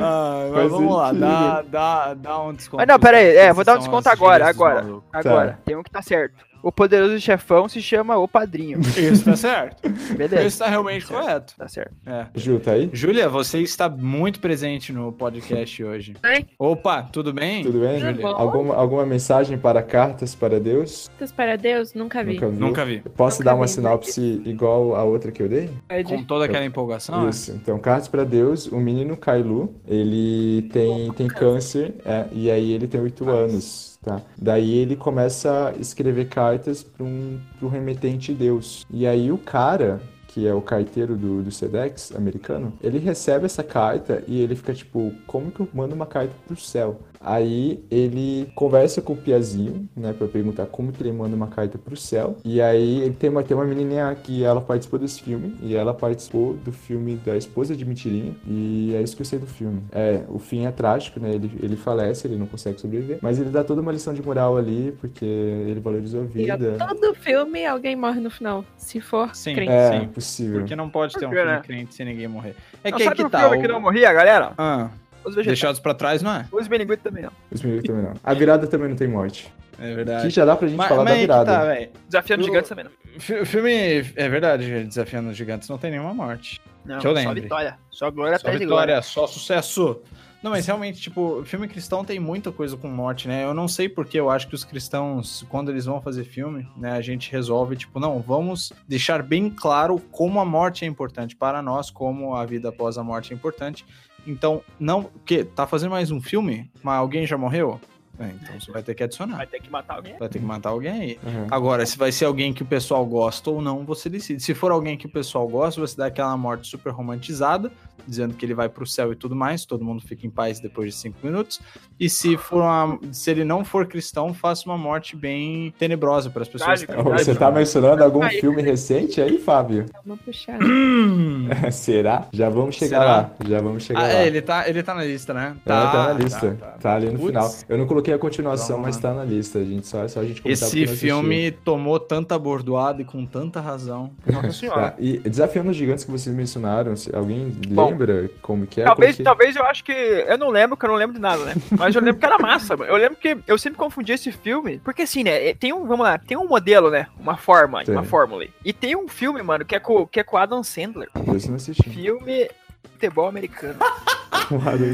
Ah, mas Faz vamos lá, sentido. dá, dá, dá um desconto. Mas não, pera aí, é, vou dar um São desconto as agora, gírias do agora. maluco. Agora, tem um que tá certo. O poderoso chefão se chama O Padrinho. Isso tá certo. Beleza, Isso tá realmente correto. tá certo. É. Ju, tá aí? Júlia, você está muito presente no podcast hoje. Oi. Opa, tudo bem? Tudo bem? Tudo Tá bom? Alguma, alguma mensagem para cartas para Deus? Cartas para Deus? Nunca vi. Nunca vi. Nunca vi. Posso Nunca dar uma vi, né? sinopse igual a outra que eu dei? Com toda aquela empolgação. né? Isso. Então, cartas pra Deus, o menino Kailu, ele tem, tem câncer, é, e aí ele tem oito anos, tá? Daí ele começa a escrever cartas para um pro remetente Deus. E aí o cara, que é o carteiro do, do Sedex americano, ele recebe essa carta e ele fica tipo, como que eu mando uma carta pro céu? Aí ele conversa com o Piazinho, né, pra perguntar como que ele manda uma carta pro céu. E aí ele tem uma, tem uma menininha que ela participou desse filme, e ela participou do filme da esposa de Mentirinha, e é isso que eu sei do filme. É, o fim é trágico, né, ele, ele falece, ele não consegue sobreviver, mas ele dá toda uma lição de moral ali, porque ele valorizou a E a vida. todo filme alguém morre no final. Se for Sim. crente. É, Sim. possível. Porque não pode ter um Porque, filme né? crente sem ninguém morrer. É Não, que aí sabe que um tá. filme o- que não morria, galera? Ah, Os vegetais. deixados pra trás, não é? Os Beniguitos também não. Os meninos também não. A virada também não tem morte. É Aqui verdade. já dá pra gente Mas, falar mas da aí que virada. tá, velho. Desafiando Eu- gigantes também não. Fi- Filme. É verdade, Desafiando os Gigantes não tem nenhuma morte. Não, Que eu só lembre. vitória. Só glória Só atrás de glória. vitória, só sucesso. Não, mas realmente, tipo, filme cristão tem muita coisa com morte, né? Eu não sei porque eu acho que os cristãos, quando eles vão fazer filme, né, a gente resolve, tipo, não, vamos deixar bem claro como a morte é importante para nós, como a vida após a morte é importante. Então, não. O quê? Tá fazendo mais um filme? Mas alguém já morreu? É, então você vai ter que adicionar. Vai ter que matar alguém. Vai ter que matar alguém aí. Aham. Agora, se vai ser alguém que o pessoal gosta ou não, você decide. Se for alguém que o pessoal gosta, você dá aquela morte super romantizada, dizendo que ele vai pro céu e tudo mais, todo mundo fica em paz depois de cinco minutos. E se for uma- se ele não for cristão, faça uma morte bem tenebrosa para as pessoas. Trágica, Ô, Verdade, Você mano. tá mencionando algum Aí. filme recente aí, Fábio? É uma puxada. Hum. Será? Já vamos chegar Será? lá. Já vamos chegar Ah, lá. é, ele tá, ele tá na lista, né? Ela tá, na lista. Tá, tá, tá. ali no Putz. final. Eu não coloquei a continuação, Vamos mas lá. tá na lista, gente. Só, só a gente comentar Esse porque não assistiu. filme tomou tanta bordoada e com tanta razão. Nossa senhora. Tá, e desafiando os gigantes que vocês mencionaram, se- alguém Bom, lembra como que é? Talvez, Como que- talvez eu acho que. Eu não lembro, que eu não lembro de nada, né? Mas eu lembro que era massa, mano. Eu lembro que eu sempre confundi esse filme. Porque assim, né? Tem um. Vamos lá, tem um modelo, né? Uma forma, Tem. uma fórmula. E tem um filme, mano, que é com, que é com o Adam Sandler. Eu não assisti. Filme de futebol americano.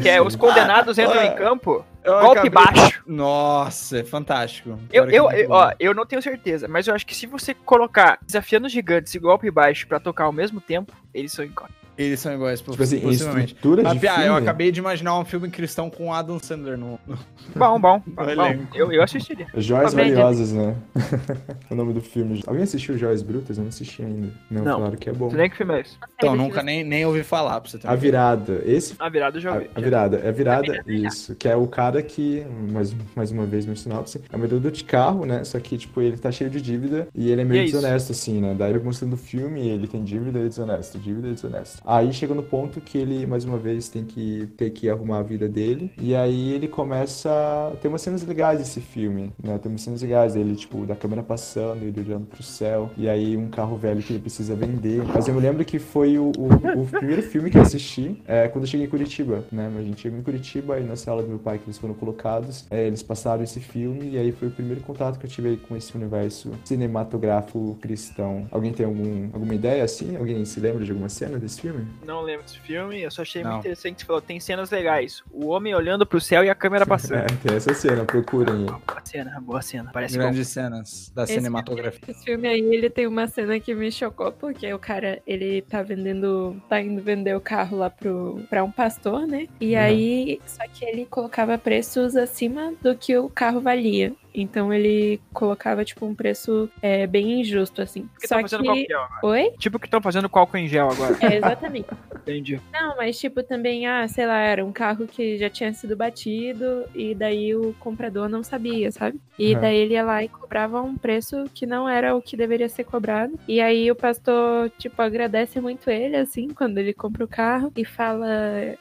Que é Os Condenados Entram em Campo. Eu Golpe acabei- baixo. Nossa, é fantástico. Eu, Pior que é eu, muito eu- bom. ó, eu não tenho certeza, mas eu acho que se você colocar Desafiando os Gigantes e Golpe Baixo pra tocar ao mesmo tempo, eles são incógnitos. Eles são iguais, Tipo assim, em possivelmente. estrutura de Ah, Pia, eu filme? acabei de imaginar um filme cristão com Adam Sandler no. Bom, bom, bom. Olha bom. aí. Eu, eu assistiria. Joias Comédia. Valiosas, né? o nome do filme. Alguém assistiu Joias Brutas? Eu não assisti ainda. Não, Não. falaram que é bom. Tu nem que filme é esse? Então, nunca nem, nem ouvi falar pra você ter A Virada. Esse A virada eu já A, ouvi. a virada, é a virada, isso. Que é o cara que, mais, mais uma vez, meu sinopse, é um dono de carro, né? Só que, tipo, ele tá cheio de dívida e ele é meio E é isso. desonesto, assim, né? Daí ele mostrando o filme, ele tem dívida e é desonesto, dívida e é desonesto. Aí chega no ponto que ele, mais uma vez, tem que ter que arrumar a vida dele. E aí ele começa. Tem umas cenas legais esse filme, né? Tem umas cenas legais ele, tipo, da câmera passando, ele olhando pro céu. E aí um carro velho que ele precisa vender. Mas eu me lembro que foi o, o- o primeiro filme que eu assisti é, quando eu cheguei em Curitiba, né? A gente chegou em Curitiba e na sala do meu pai que eles foram colocados, é, eles passaram esse filme e aí foi o primeiro contato que eu tive com esse universo cinematográfico cristão. Alguém tem algum, alguma ideia assim? Alguém se lembra de alguma cena desse filme? Não lembro desse filme, eu só achei Não. muito interessante. que Você falou, tem cenas legais. O homem olhando pro céu e a câmera É, passando. tem essa cena, procurem. Boa cena, boa cena. Parece bom. Grandes cenas da Esse- cinematografia. Esse filme aí, ele tem uma cena que me chocou, porque o cara, ele tá vendendo, tá indo vender o carro lá pro, pra um pastor, né? E Uhum. aí, só que ele colocava preços acima do que o carro valia. Então ele colocava, tipo, um preço é, bem injusto, assim. Tipo que só estão que... fazendo com álcool em gel agora. Oi? Tipo que estão fazendo com álcool em gel agora. É, exatamente. Entendi. Não, mas tipo também, ah, sei lá, era um carro que já tinha sido batido e daí o comprador não sabia, sabe? E Uhum. daí ele ia lá e cobrava um preço que não era o que deveria ser cobrado. E aí o pastor, tipo, agradece muito ele, assim, quando ele compra o carro e fala.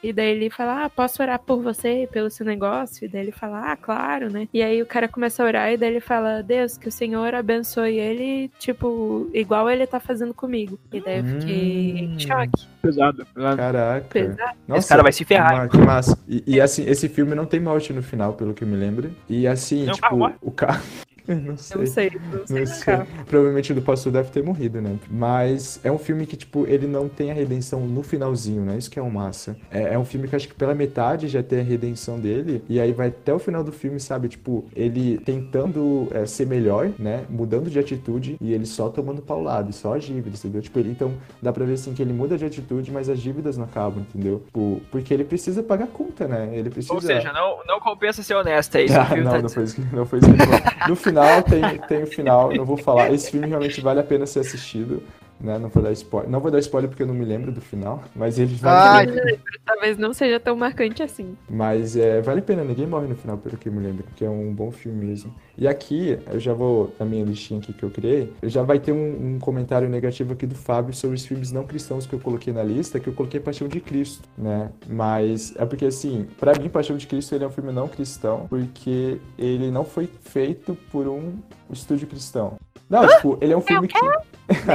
E daí ele fala, ah, posso orar por você, pelo seu negócio? E daí ele fala, ah, claro, né? E aí o cara começa a orar e daí ele fala, Deus, que o Senhor abençoe ele, tipo, igual ele tá fazendo comigo. E daí eu fiquei Hum. em choque. Pesado. pesado. Caraca. Pesado. Nossa, Esse cara vai se ferrar. Que massa. E, e, assim, esse filme não tem morte no final, pelo que eu me lembro. E assim, Não, tipo, calma. o carro. Eu não sei. Eu não sei, não sei, Não sei. cara. Provavelmente o do pastor deve ter morrido, né? Mas é um filme que, tipo, ele não tem a redenção no finalzinho, né? Isso que é um massa. É, é um filme que acho que pela metade já tem a redenção dele. E aí vai até o final do filme, sabe? Tipo, ele tentando é, ser melhor, né? Mudando de atitude e ele só tomando paulado, e só as dívidas, entendeu? Tipo, ele, então dá pra ver assim que ele muda de atitude, mas as dívidas não acabam, entendeu? Tipo, porque ele precisa pagar conta, né? Ele precisa. Ou seja, não, não compensa ser honesto, é isso que o Ah, filme tá não, não dizendo. foi isso que, não foi isso que ele falou. No final, tem, tem o final, não vou falar. Esse filme realmente vale a pena ser assistido, né? Não vou dar spoiler. Não vou dar spoiler porque eu não me lembro do final, mas ele Ai, vale. eh, Talvez não seja tão marcante assim. Mas é, vale a pena, ninguém morre no final, pelo que eu me lembro, porque é um bom filme mesmo. E aqui, eu já vou, na minha listinha aqui que eu criei, já vai ter um, um comentário negativo aqui do Fábio sobre os filmes não cristãos que eu coloquei na lista, que eu coloquei Paixão de Cristo, né? Mas é porque, assim, pra mim, Paixão de Cristo ele é um filme não cristão, porque ele não foi feito por um estúdio cristão. Não, tipo, ele é um filme que.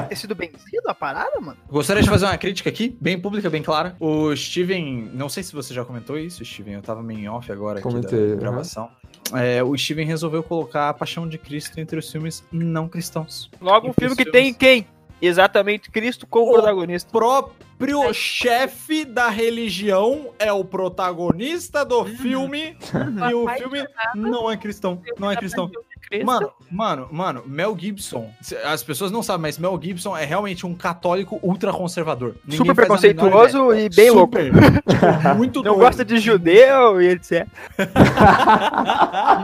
ter sido vencido a parada, mano? Gostaria de fazer uma crítica aqui, bem pública, bem clara. O Steven, não sei se você já comentou isso, Steven, eu tava meio em off agora aqui Comentei, né? da gravação. É, o Steven resolveu colocar a Paixão de Cristo entre os filmes não cristãos. Logo um filme que tem quem? Exatamente Cristo como Oh. protagonista. Próprio chefe da religião é o protagonista do filme e o Papai filme não é cristão, não é cristão. Cristo. Mano, mano, mano, Mel Gibson. se- As pessoas não sabem, mas Mel Gibson é realmente um católico ultraconservador. Ninguém Super faz a menor ideia. preconceituoso e bem louco. Super. Tipo, muito Não doido. gosta de judeu e etc.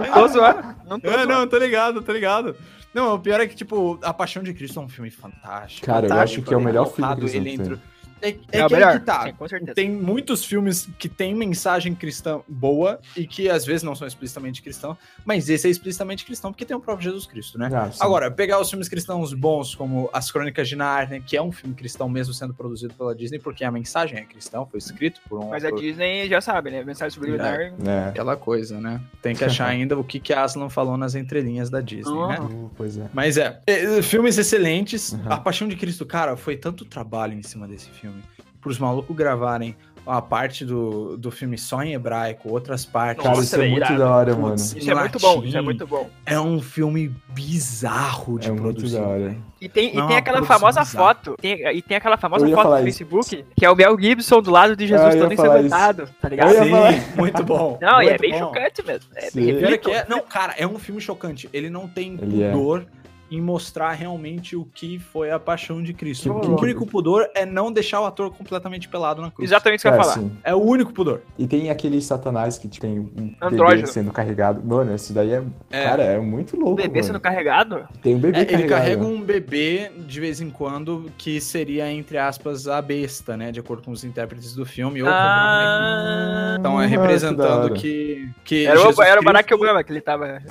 Não tô zoando. Não tô É, zoando. não, tô ligado, tô ligado. Não, o pior é que, tipo, A Paixão de Cristo é um filme fantástico. Cara, eu fantástico, acho que é o ele melhor filme colocado, que eles ele não entrou- É, É, é, o que melhor. aí que tá. Sim, com certeza. Tem muitos filmes que têm mensagem cristã boa e que às vezes não são explicitamente cristão, mas esse é explicitamente cristão porque tem o próprio Jesus Cristo, né? Ah, sim. Agora, pegar os filmes cristãos bons, como As Crônicas de Nárnia, que é um filme cristão mesmo sendo produzido pela Disney, porque a mensagem é cristã, foi escrito por um Mas a autor Disney já sabe, né? Mensagem subliminar. É. aquela coisa, né? Tem que achar ainda o que que Aslan falou nas entrelinhas da Disney, Ah. né? Uh, Pois é. Mas é, é, filmes excelentes. Uhum. A Paixão de Cristo, cara, foi tanto trabalho em cima desse filme. Pros malucos gravarem a parte do, do filme só em hebraico, outras partes. Cara, Nossa, isso é velho, muito irado. da hora, mano. Putz, Isso é muito bom, isso é muito bom. É um filme bizarro de É muito produzir. da hora. E tem, e Não, tem aquela produção famosa bizarra. foto, tem- e tem aquela famosa Eu ia foto falar do isso. Facebook, que é o Mel Gibson do lado de Jesus Ah, eu ia todo falar isso. ensanguentado, tá ligado? Eu ia falar- Sim, muito bom. Não, e é muito bem bom. chocante mesmo. É Sim. bem Ele Pior reflito. que é- não, cara, é um filme chocante. Ele não tem Ele é. pudor em mostrar realmente o que foi a paixão de Cristo. Que o pudor. único pudor é não deixar o ator completamente pelado na cruz. Exatamente o que eu ia É, falar. sim. É o único pudor. E tem aquele satanás que tem um bebê Andrógeno. sendo carregado. Mano, isso daí é. É. Cara, é muito O louco. bebê sendo mano. carregado, Tem um bebê É, ele carrega carregado. um bebê de vez em quando que seria, entre aspas, a besta, né? De acordo com os intérpretes do filme. Ou Ah. Então é Ah, que da representando hora. que. que era Jesus o, era o Barack Cristo- Obama que ele tava...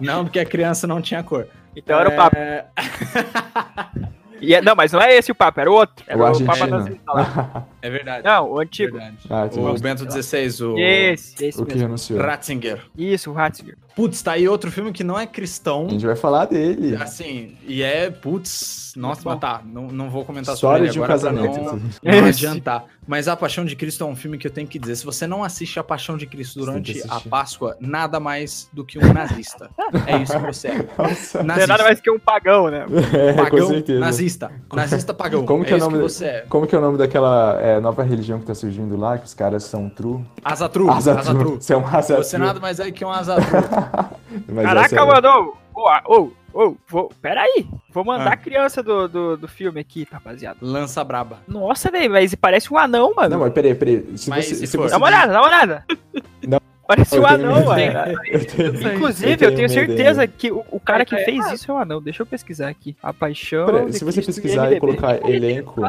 Não, porque a criança não tinha cor. Então era o papo. É, E é- não, mas não é esse o papo, era o outro. Era O o, argentino. Papa Nazareno lá. é verdade. Não, o antigo. verdade. Ah, tem O mais- Bento XVI, o Esse, esse o que mesmo. anunciou. Ratzinger. Isso, o Ratzinger. Putz, tá aí outro filme que não é cristão. A gente vai falar dele. Assim, e é, putz, nossa, mas tá, não, não vou comentar História sobre ele de um agora é pra casamento. não, Esse. não adiantar. Mas A Paixão de Cristo é um filme que eu tenho que dizer, se você não assiste A Paixão de Cristo Você tem que durante a assistir. Páscoa, nada mais do que um nazista. é isso que você é. Nossa. Não é nada mais que um pagão, né? É, com Pagão, certeza. nazista. Nazista pagão. Como que é é o isso nome que dele? você é. Como que é o nome daquela é, nova religião que tá surgindo lá? Que os caras são true? Azatru. Asa Azatru. true. Você é um asa Você true. nada mais é que um Azatru. Mas essa é- Caraca, mano! Ô, ô, ô, vou. Peraí! Vou mandar Ah. a criança do, do, do filme aqui, rapaziada. Lança braba. Nossa, velho, mas parece um anão, mano. Não, mas peraí, peraí. Se Mas você, se se for- você- dá É uma olhada, dá uma olhada. Não. Parece Eu um tenho anão, medo. mano. Eu tenho- Inclusive, eu tenho, medo ainda. certeza que o, o cara que Tá fez isso é um anão. Deixa eu pesquisar aqui. A paixão. Peraí, de se você Cristo pesquisar e IMDb. colocar elenco.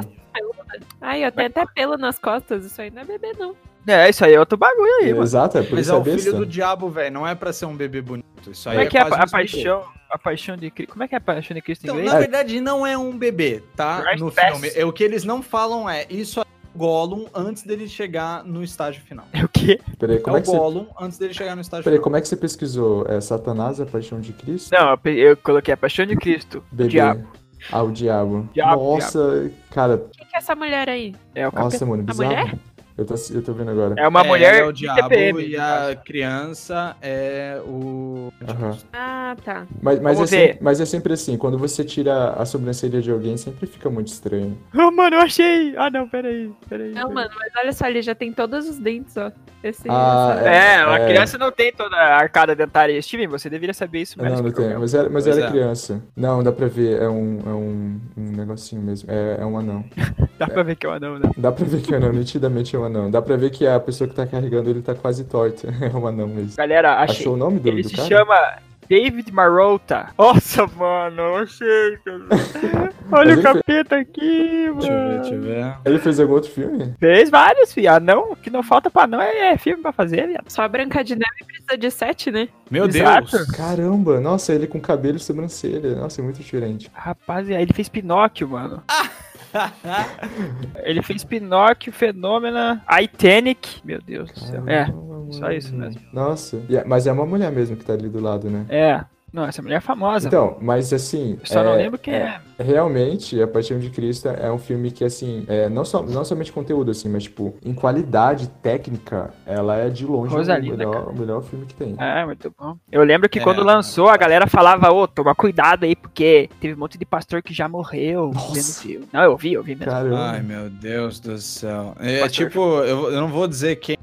Ai, eu tenho até pelo nas costas, isso aí não é bebê, não. É, isso aí é outro bagulho aí, mano. Exato, é por Mas isso é é o filho besta. do diabo, velho. Não é pra ser um bebê bonito. Isso aí Como é que é a, quase a um bebê. paixão. A paixão de Cristo. Como é que é a paixão de Cristo em Então, inglês? na verdade, não é um bebê, tá? Christ No Pass. filme. É, o que eles não falam é isso aí é um Gollum antes dele chegar no estágio final. É o quê? Peraí, como é é, o que você, Gollum antes dele chegar no estágio peraí, final. como é que você pesquisou? É Satanás, a paixão de Cristo? Não, eu pe- eu coloquei a paixão de Cristo. o Bebê. Diabo. Ah, o diabo. Diabo, Nossa, cara. O que, que é essa mulher aí? É o capeta. Nossa, mano, bizarro. mulher? Eu tô, assi- eu tô vendo agora. É uma É, mulher ele é o de diabo TPM, e no a caso. criança é o. Aham. Ah, tá. Mas, mas, é Vamos sempre, ver. mas é sempre assim, quando você tira a sobrancelha de alguém, sempre fica muito estranho. Ah, mano, eu achei! Ah, não, peraí, peraí. Não, peraí. mano, mas olha só, ele já tem todos os dentes, ó. Esse, Ah, essa- É, uma É. criança não tem toda a arcada dentária. Steven, você deveria saber isso não, É, mesmo. não tem. Mas era, mas Pois era é. criança. Não, dá pra ver. É um, é um, um negocinho mesmo. É, é um anão. Dá pra ver que é um anão, né? Dá pra ver que é um anão, nitidamente é um anão. Dá pra ver que a pessoa que tá carregando ele tá quase torta. É um anão mesmo. Galera, achei. Achou o nome do, Ele do se cara? chama David Marota. Nossa, mano, eu achei. cara. Mas Olha o ele fez- capeta aqui, Deixa eu ver, mano. deixa eu ver. Ele fez algum outro filme? Fez vários, fi. Anão, o que não falta pra não é, é filme pra fazer, viado. Só a Branca de Neve precisa de sete, né? Meu Exato. Deus! Caramba, nossa, ele com cabelo e sobrancelha. Nossa, é muito diferente. Rapaziada, ele fez Pinóquio, mano. Ele fez Pinóquio, Fenômena, Titanic. Meu Deus do céu. É, Caramba, só isso mano. mesmo. Nossa, E é- mas é uma mulher mesmo que tá ali do lado, né? é. Não, essa mulher é famosa. Então, mas assim. eu só é- não lembro quem é. Realmente, A Paixão de Cristo é um filme que, assim, é, não, só, não somente conteúdo, assim, mas, tipo, em qualidade técnica, ela é de longe Rosalina, o melhor, o melhor filme que tem. Ah, muito bom. Eu lembro que É, quando lançou, a galera falava, ô, toma cuidado aí, porque teve um monte de pastor que já morreu Nossa. vendo o filme. Não, eu vi, eu vi mesmo. Caramba. Ai, meu Deus do céu. É Pastor. tipo, eu, eu não vou dizer quem,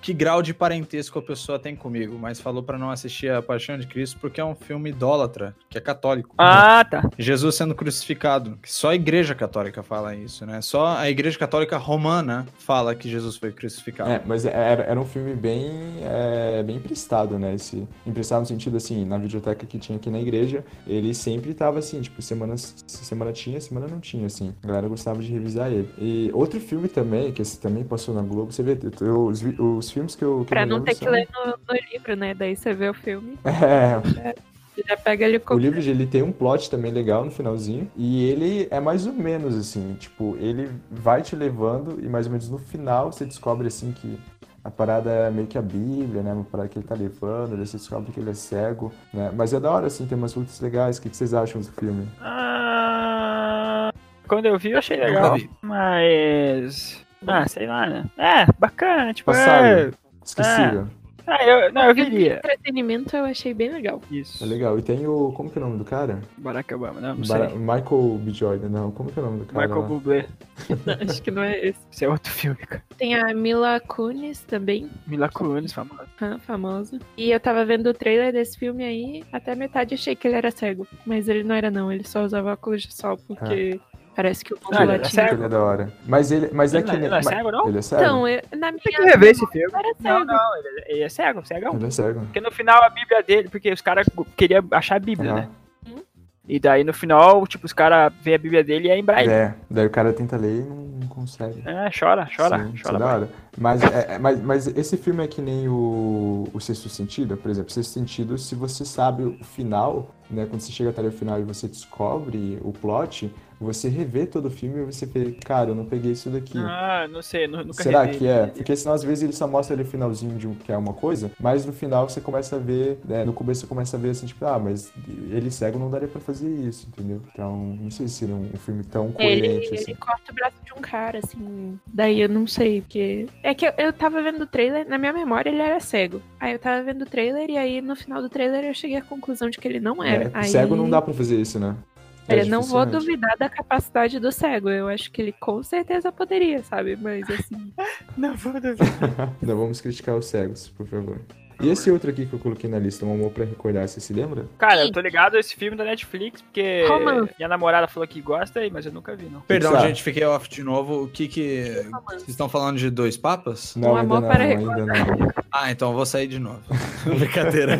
que grau de parentesco a pessoa tem comigo, mas falou pra não assistir A Paixão de Cristo porque é um filme idólatra, que é católico. Ah, tá. Jesus sendo crucificado. Só a Igreja Católica fala isso, né? Só a Igreja Católica Romana fala que Jesus foi crucificado. É, mas era, era um filme bem, é, bem emprestado, né? Esse, emprestado no sentido, assim, na videoteca que tinha aqui na igreja, ele sempre tava assim, tipo, semana, semana tinha, semana não tinha, assim. A galera gostava de revisar ele. E outro filme também, que esse também passou na Globo, você vê, eu- os, vi- os filmes que eu. Que Pra eu me não lembro ter que são- ler no, no livro, né? Daí você vê o filme É, e já pega ele O com... livro ele tem um plot também legal no finalzinho e ele é mais ou menos assim, tipo, ele vai te levando e mais ou menos no final você descobre assim que a parada é meio que a Bíblia, né? Uma parada que ele tá levando, daí você descobre que ele é cego, né? Mas é da hora assim, tem umas lutas legais. O que que vocês acham do filme? Ah, quando eu vi, eu achei Nunca legal. vi. Mas. Ah, sei lá, né? É, bacana, tipo. É... Passaram. Esquecível. Ah, eu, não, eu viria. Entretenimento eu achei bem legal. Isso. É legal. E tem o. Como que é o nome do cara? Barack Obama, não, não Bara- sei. Michael B. Jordan, não. Como que é o nome do cara? Michael lá? Bublé. Acho que não é esse. Esse é outro filme, cara. Tem a Mila Kunis também, Mila Kunis, famosa. ah, famosa. E eu tava vendo o trailer desse filme aí, até a metade achei que ele era cego. Mas ele não era não, ele só usava óculos de sol porque parece que o mundo Ah, ele era latino... cego. Ele é da hora. Mas ele. Mas é Ele que não- ele não é cego, não? Ele é cego? Então, eu, na minha... Tem que rever esse filme. Era Não, cego. não, ele, ele é cego, cegão. Ele é cego. Porque no final a Bíblia dele, porque os caras queriam achar a Bíblia, Aham. né? E daí no final, tipo, os caras veem a Bíblia dele e é em braille. É, daí o cara tenta ler e não, não consegue. É, chora, chora, Sim, isso é chora. da pai. hora. Mas, é- é- mas, mas esse filme é que nem o, o Sexto Sentido, por exemplo. Sexto Sentido, se você sabe o final, né? Quando você chega até o final e você descobre o plot, você revê todo o filme e você vê, cara, eu não peguei isso daqui. Ah, não sei, nu- nunca Será revi. que é? Porque senão às vezes ele só mostra ali o finalzinho de um, que é uma coisa, mas no final você começa a ver, né, no começo você começa a ver assim, tipo, ah, mas ele cego não daria pra fazer isso, entendeu? Então, não sei se seria um, um filme tão É, É, Ele, coerente assim. ele corta o braço de um cara, assim. Daí eu não sei, porque. É que eu, eu tava vendo o trailer, na minha memória ele era cego. Aí eu tava vendo o trailer e aí no final do trailer eu cheguei à conclusão de que ele não era. É, aí, Cego não dá pra fazer isso, né? É, Olha, não vou dificilmente. duvidar da capacidade do cego. Eu acho que ele com certeza poderia, sabe? Mas assim. Não vou duvidar. Não vamos criticar os cegos, por favor. E esse outro aqui que eu coloquei na lista, um amor pra recordar, você se lembra? Cara, eu tô ligado a esse filme da Netflix, porque Romance. minha namorada falou que gosta, mas eu nunca vi, não. Perdão, Pixar. gente, fiquei off de novo. O que que. Vocês estão falando de dois papas? Não, Um ainda amor não, para ainda não. Ah, então eu vou sair de novo. Brincadeira.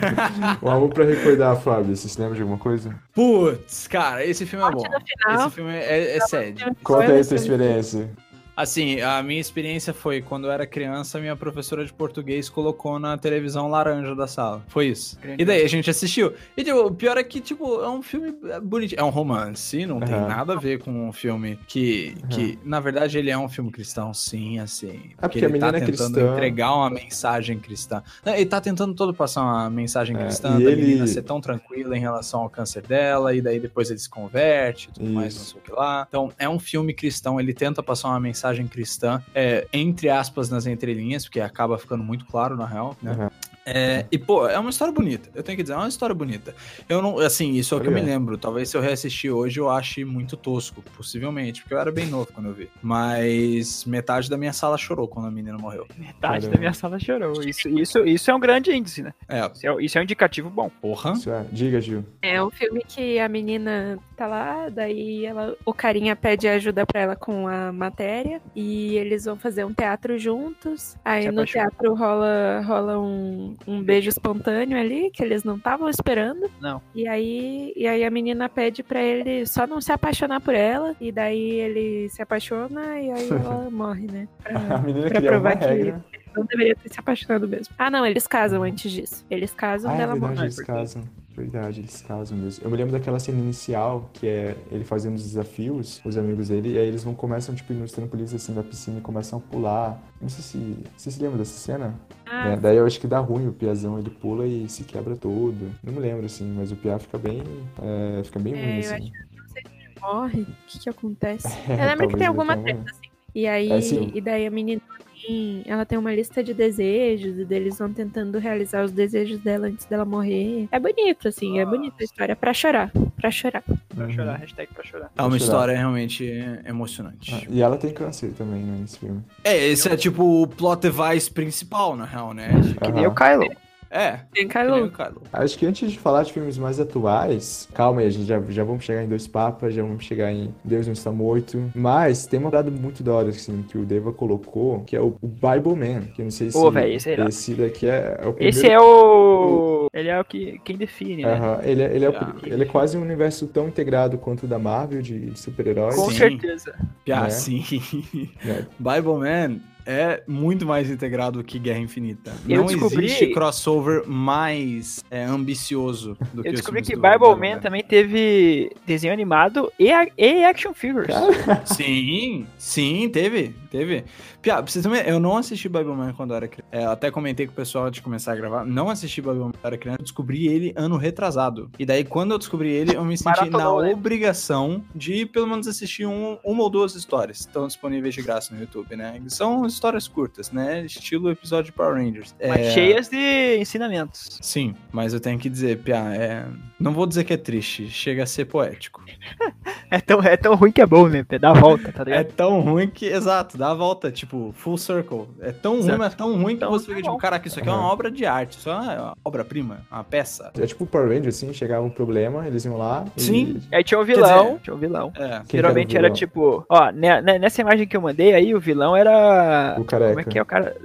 Um amor pra recordar, Fábio, você se lembra de alguma coisa? Putz, cara, esse filme é bom. Morte no Esse final. filme é, é sede. Conta aí a esse sua experiência. Assim, a minha experiência foi quando eu era criança, minha professora de português colocou na televisão laranja da sala. Foi isso. Grande E daí a gente assistiu. E tipo, o pior é que, tipo, é um filme bonitinho. É um romance, não tem Aham. nada a ver com um filme que, que. Na verdade, ele é um filme cristão, sim, assim. É porque a ele menina é tentando cristã. entregar uma mensagem cristã. Não, Ele tá tentando todo passar uma mensagem É, cristã, e da ele- menina ser tão tranquila em relação ao câncer dela, e daí depois ele se converte e tudo mais, não Isso. sei o que lá. Então, é um filme cristão, ele tenta passar uma mensagem cristã, é, entre aspas, nas entrelinhas, porque acaba ficando muito claro, na real, né? Uhum. É, e, pô, é uma história bonita. Eu tenho que dizer, é uma história bonita. Eu não, assim, isso é o que eu me Olha. lembro. Talvez se eu reassistir hoje eu ache muito tosco, possivelmente, porque eu era bem novo quando eu vi. Mas metade da minha sala chorou quando a menina morreu. Metade da Caramba. minha sala chorou. Isso, isso, isso é um grande índice, né? É, Isso é, isso é um indicativo bom. porra. Isso é. Diga, Gil. É um filme que a menina tá lá, daí ela, o carinha pede ajuda pra ela com a matéria e eles vão fazer um teatro juntos. Aí Se no apaixona. teatro rola, rola um, um beijo espontâneo ali que eles não estavam esperando. Não. E aí, e aí a menina pede pra ele só não se apaixonar por ela e daí ele se apaixona e aí ela morre, né? A Pra- menina Pra criou uma provar que- regra. Não deveria ter se apaixonado mesmo. Ah, não, eles casam antes disso. Eles casam Ah, é dela verdade, morre. eles casam. Verdade, eles casam mesmo. Eu me lembro daquela cena inicial, que é ele fazendo os desafios, os amigos dele, e aí eles vão começam, tipo, ir nos trampolins assim da piscina e começam a pular. Não sei se. Vocês se lembram dessa cena? Ah, É, daí eu acho que dá ruim, o Piazão ele pula e se quebra todo. Não me lembro, assim, mas o Pia fica bem. é, fica bem É, ruim, eu assim. morre? O que que acontece? É, Eu lembro que talvez tem ele alguma tenha treta, assim. E aí, É, sim. e daí a menina tem, ela tem uma lista de desejos, e daí eles vão tentando realizar os desejos dela antes dela morrer. É bonito, assim, é bonita a história. Pra chorar, pra chorar. Pra Uhum. chorar, hashtag pra chorar. É uma Vou chorar. história realmente emocionante. Ah, e ela tem câncer também, né, nesse filme. É, esse é tipo o plot device principal, na real, né? Que Aham. nem o Kylo. É, que Tem nem calor. o Kylo. Acho que antes de falar de filmes mais atuais, calma aí, a gente já, já vamos chegar em Dois Papas, já vamos chegar em Deus Não Está Morto. Mas tem uma dada muito da hora, assim, que o Deva colocou, que é o, o Bible Man, que eu não sei se Ô, véi, esse aí lá. esse daqui é, é o primeiro... Esse é o. Ele é o que quem define, né? Aham, ele, é- ele, é o- Ah. ele é quase um universo tão integrado quanto o da Marvel, de, de super-heróis. Com Sim. certeza. Piá, É. sim. É. Bible Man é muito mais integrado que Guerra Infinita. Eu Não descobri- existe crossover mais é, ambicioso do que Eu os descobri filmes que do Bible Man também teve desenho animado e, a- e action figures. Sim, sim, teve, teve. Piá, pra vocês também, eu não assisti Bible Man quando eu era criança. É, eu até comentei com o pessoal antes de começar a gravar. Não assisti Bible Man quando eu era criança. Eu descobri ele ano retrasado. E daí, quando eu descobri ele, eu me senti Maratonou, na né? obrigação de pelo menos assistir um, uma ou duas histórias. Estão disponíveis de graça no YouTube, né? São histórias curtas, né? Estilo episódio de Power Rangers. É, Mas cheias de ensinamentos. Sim, mas eu tenho que dizer, Piá, é... não vou dizer que é triste, chega a ser poético. É tão, é tão ruim que é bom, né? Dá a volta, tá É ligado? tão ruim que, exato, dá a volta, tipo, full circle. É tão ruim, Exato. mas tão ruim que Então, você tá fica tipo, bom. caraca, isso aqui é uma Aham. obra de arte, isso é uma obra-prima, uma peça. É tipo o Power Ranger, assim, chegava um problema, eles iam lá e... Sim. Aí tinha um Quer vilão. dizer- tinha um vilão. Quem que É, era o Geralmente era, vilão? tipo, ó, né- né- nessa imagem que eu mandei aí, o vilão era. O careca. Como é que é o cara?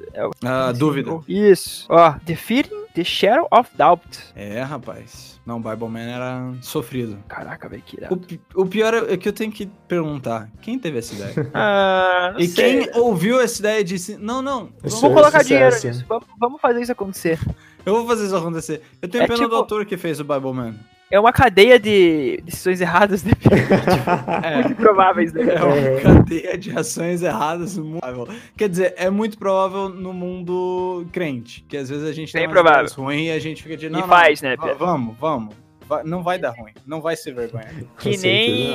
ah, Esse dúvida. vilão. Isso. Ó, Defeating the Shadow of Doubt. É, rapaz. Não, Bible Man era sofrido. Caraca, velho, que irado. O, pi- o pior é que eu tenho que perguntar, quem teve essa ideia? Ah, não e sei. quem ouviu essa ideia disse, não, não, Isso Vamos é colocar sucesso, dinheiro hein? nisso. Vamos, vamos fazer isso acontecer. eu vou fazer isso acontecer. Eu tenho É pena do tipo- autor que fez o Bible Man. É uma cadeia de decisões erradas, né? Muito improváveis, né? É uma cadeia de ações erradas no mundo. Quer dizer, é muito provável no mundo crente, que às vezes a gente Bem umas provável. ideias ruins e a gente fica de E não, não, faz, né, va- Pedro? Vamos, vamos. Vai- não vai dar ruim, não vai ser vergonha. Com Que certeza,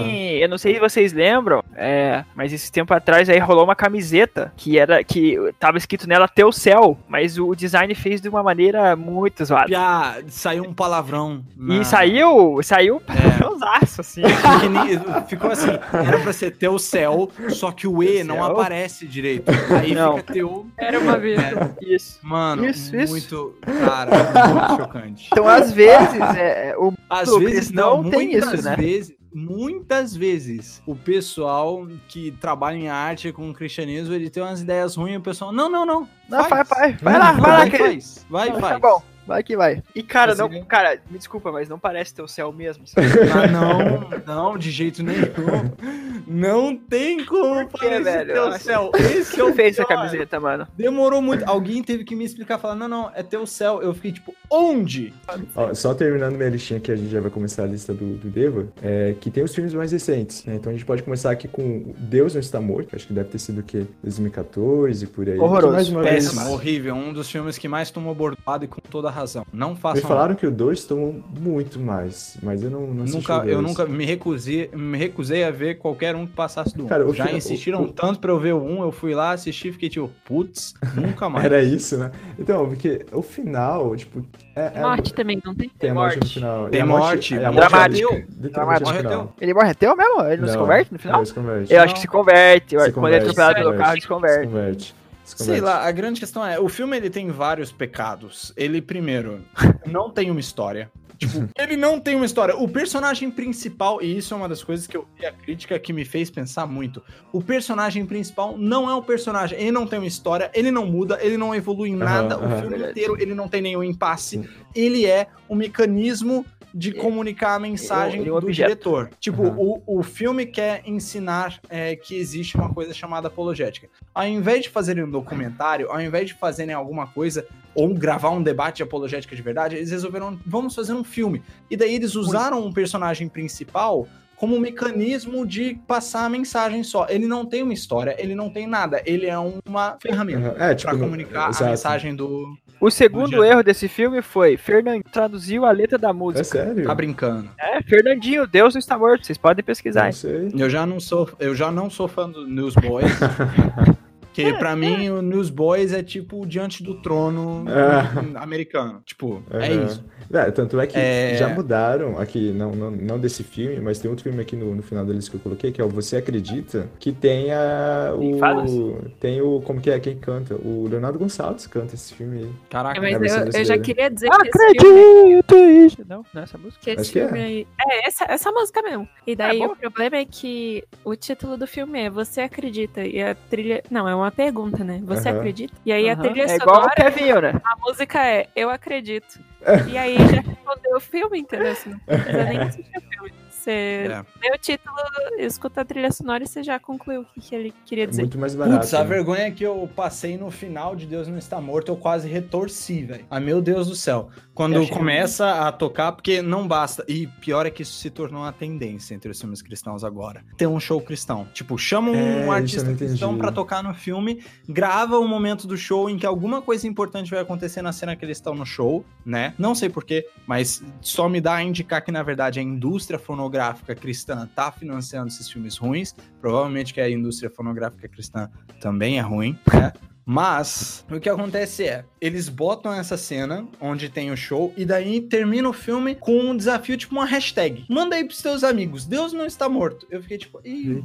nem. Eu não sei se vocês lembram, é, mas esse tempo atrás aí rolou uma camiseta que era. que tava escrito nela Teu Céu, mas o design fez de uma maneira muito zoada. Piá, saiu um palavrão. na- E saiu. saiu É. Ah. é. osaço, assim. Que nem- Ficou assim, era pra ser teu céu, só que o E Teu não céu. aparece direito. Aí Não. fica teu. né? Era uma vez. É, Isso. Mano, Isso, isso. muito. Cara, muito chocante. Então, às vezes, é, o Às Não, vezes não, cristão tem muitas isso, né? vezes, muitas vezes, o pessoal que trabalha em arte com o cristianismo, ele tem umas ideias ruins, e o pessoal, não, não, não, Não, vai, vai, vai Hum, lá, vai lá, vai, querido. faz, vai, Não, faz. Tá bom, vai que vai. E cara, Assim, não, né? cara, me assim. desculpa, mas não parece teu céu mesmo. sabe? Ah, não, não, de jeito nenhum, Não tem como Por quê, fazer isso, velho? Teu Nossa. céu. Esse é o Quem fez essa pior. camiseta, mano? Demorou muito. Alguém teve que me explicar, falar, não, não, é teu céu. Eu fiquei tipo, onde? Ó, só terminando minha listinha aqui, a gente já vai começar a lista do, do Deva, é, que tem os filmes mais recentes, né? Então a gente pode começar aqui com Deus Não Está Morto, acho que deve ter sido o quê? 2014, por aí. Horroroso, Que mais uma vez- Péssimo, horrível. Um dos filmes que mais tomou bordoado e com toda razão. Não Me façam falaram que o 2 tomou muito mais, mas eu não, não assisti o Nunca, eu dois. nunca me recusei, me recusei a ver qualquer um que passasse do Cara, um. o Já fi- insistiram o- o- tanto pra eu ver o um, eu fui lá, assisti e fiquei tipo, putz, nunca mais. Era isso, né? Então, porque o final, tipo... É, é- Morte também, não tem? Tem a morte no Morte. final. Tem E a morte. é, a Dramático. morte é literalmente Dramático. no final. Morre Ele morre ateu mesmo? Ele não, se converte no final? Não, se converte. Eu acho que se converte. Se quando ele é converte, atropelado se pelo converte. carro, ele se Se converte. converte. Se Sei converte. lá, a grande questão é, o filme ele tem vários pecados. Ele, primeiro, não tem uma história. Tipo, ele não tem uma história. O personagem principal, e isso é uma das coisas que eu vi a crítica que me fez pensar muito. O personagem principal não é um personagem. Ele não tem uma história, ele não muda, ele não evolui em Aham, nada. aham. o filme Verdade. inteiro, ele não tem nenhum impasse. Sim. Ele é um mecanismo de comunicar a mensagem ele é um do objeto. diretor. Tipo, Aham. o, o filme quer ensinar é, que existe uma coisa chamada apologética ao invés de fazerem um documentário, ao invés de fazerem alguma coisa ou gravar um debate de apologética de verdade, eles resolveram, vamos fazer um filme. E daí eles usaram um personagem principal como um mecanismo de passar a mensagem só. Ele não tem uma história, ele não tem nada, ele é uma ferramenta Aham, É, tipo, pra no- comunicar exato. a mensagem do O segundo Não erro desse filme foi Fernandinho traduziu a letra da É música. sério? tá brincando. É, Fernandinho, Deus não está morto. Vocês podem pesquisar. Não hein? sei. Eu já não sou, eu já não sou fã do Newsboys. que pra mim o Newsboys é tipo o diante do trono É. americano. Tipo, é Aham. isso. É, tanto é que É. já mudaram aqui, não, não, não desse filme, mas tem outro filme aqui no, no final deles que eu coloquei, que é o Você Acredita, que tem a. Tem fadas? O, tem o. Como que é? Quem canta? O Leonardo Gonçalves canta esse filme aí. Caraca. Mas É a versão eu, eu já brasileira. queria dizer que esse filme Acredito! é Não, não é essa música. Que esse Acho que é. filme aí. É, essa, essa música mesmo. E daí boa. o problema é que o título do filme é Você Acredita? E a trilha. Não, é uma pergunta, né? Você Aham. acredita? E aí a Aham. trilha é igual o sonora, Kevinho, né? a música é Eu Acredito. É. E aí já respondeu o filme, entendeu? Você não precisa nem assistir o filme. Você É. lê o título, escuta a trilha sonora e você já concluiu o que, que ele queria É dizer. muito mais barato. Putz, né? a vergonha é que eu passei no final de Deus Não Está Morto, eu quase retorci, velho. Ai, meu Deus do céu. Eu Quando achei começa a tocar, porque não basta. E pior é que isso se tornou uma tendência entre os filmes cristãos agora. Tem um show cristão. Tipo, chama É, isso um eu artista não entendi. cristão pra tocar no filme, grava o momento do show em que alguma coisa importante vai acontecer na cena que eles estão no show, né? Não sei porquê, mas só me dá a indicar que, na verdade, a indústria fonográfica cristã tá financiando esses filmes ruins provavelmente que a indústria fonográfica cristã também é ruim, né? Mas o que acontece é, eles botam essa cena onde tem o show e daí termina o filme com um desafio, tipo uma hashtag. Manda aí pros teus amigos, Deus não está morto. Eu fiquei tipo, Ih,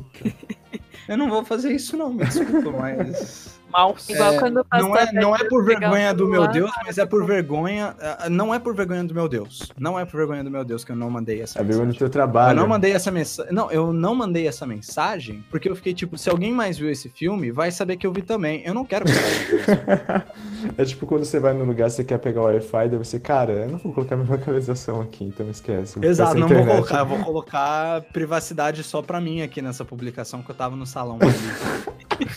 eu não vou fazer isso não, me desculpa, mas Mal. Igual É, quando o não pastor tá é, não é pede por pra pegar o vergonha do meu celular. Deus, mas é por vergonha, ah, ah, não é por vergonha do meu Deus. Não é por vergonha do meu Deus que eu não mandei A essa É vergonha mensagem. no teu trabalho. Eu não mandei essa mensagem. Não, eu não mandei essa mensagem porque eu fiquei tipo, se alguém mais viu esse filme, vai saber que eu vi também. Eu não quero. é tipo quando você vai num lugar, você quer pegar o Wi-Fi, daí você, cara, eu não vou colocar minha localização aqui, então esquece. vou ficar sem não vou internet. colocar. Eu vou colocar privacidade só pra mim aqui nessa publicação que eu tava no salão. ali.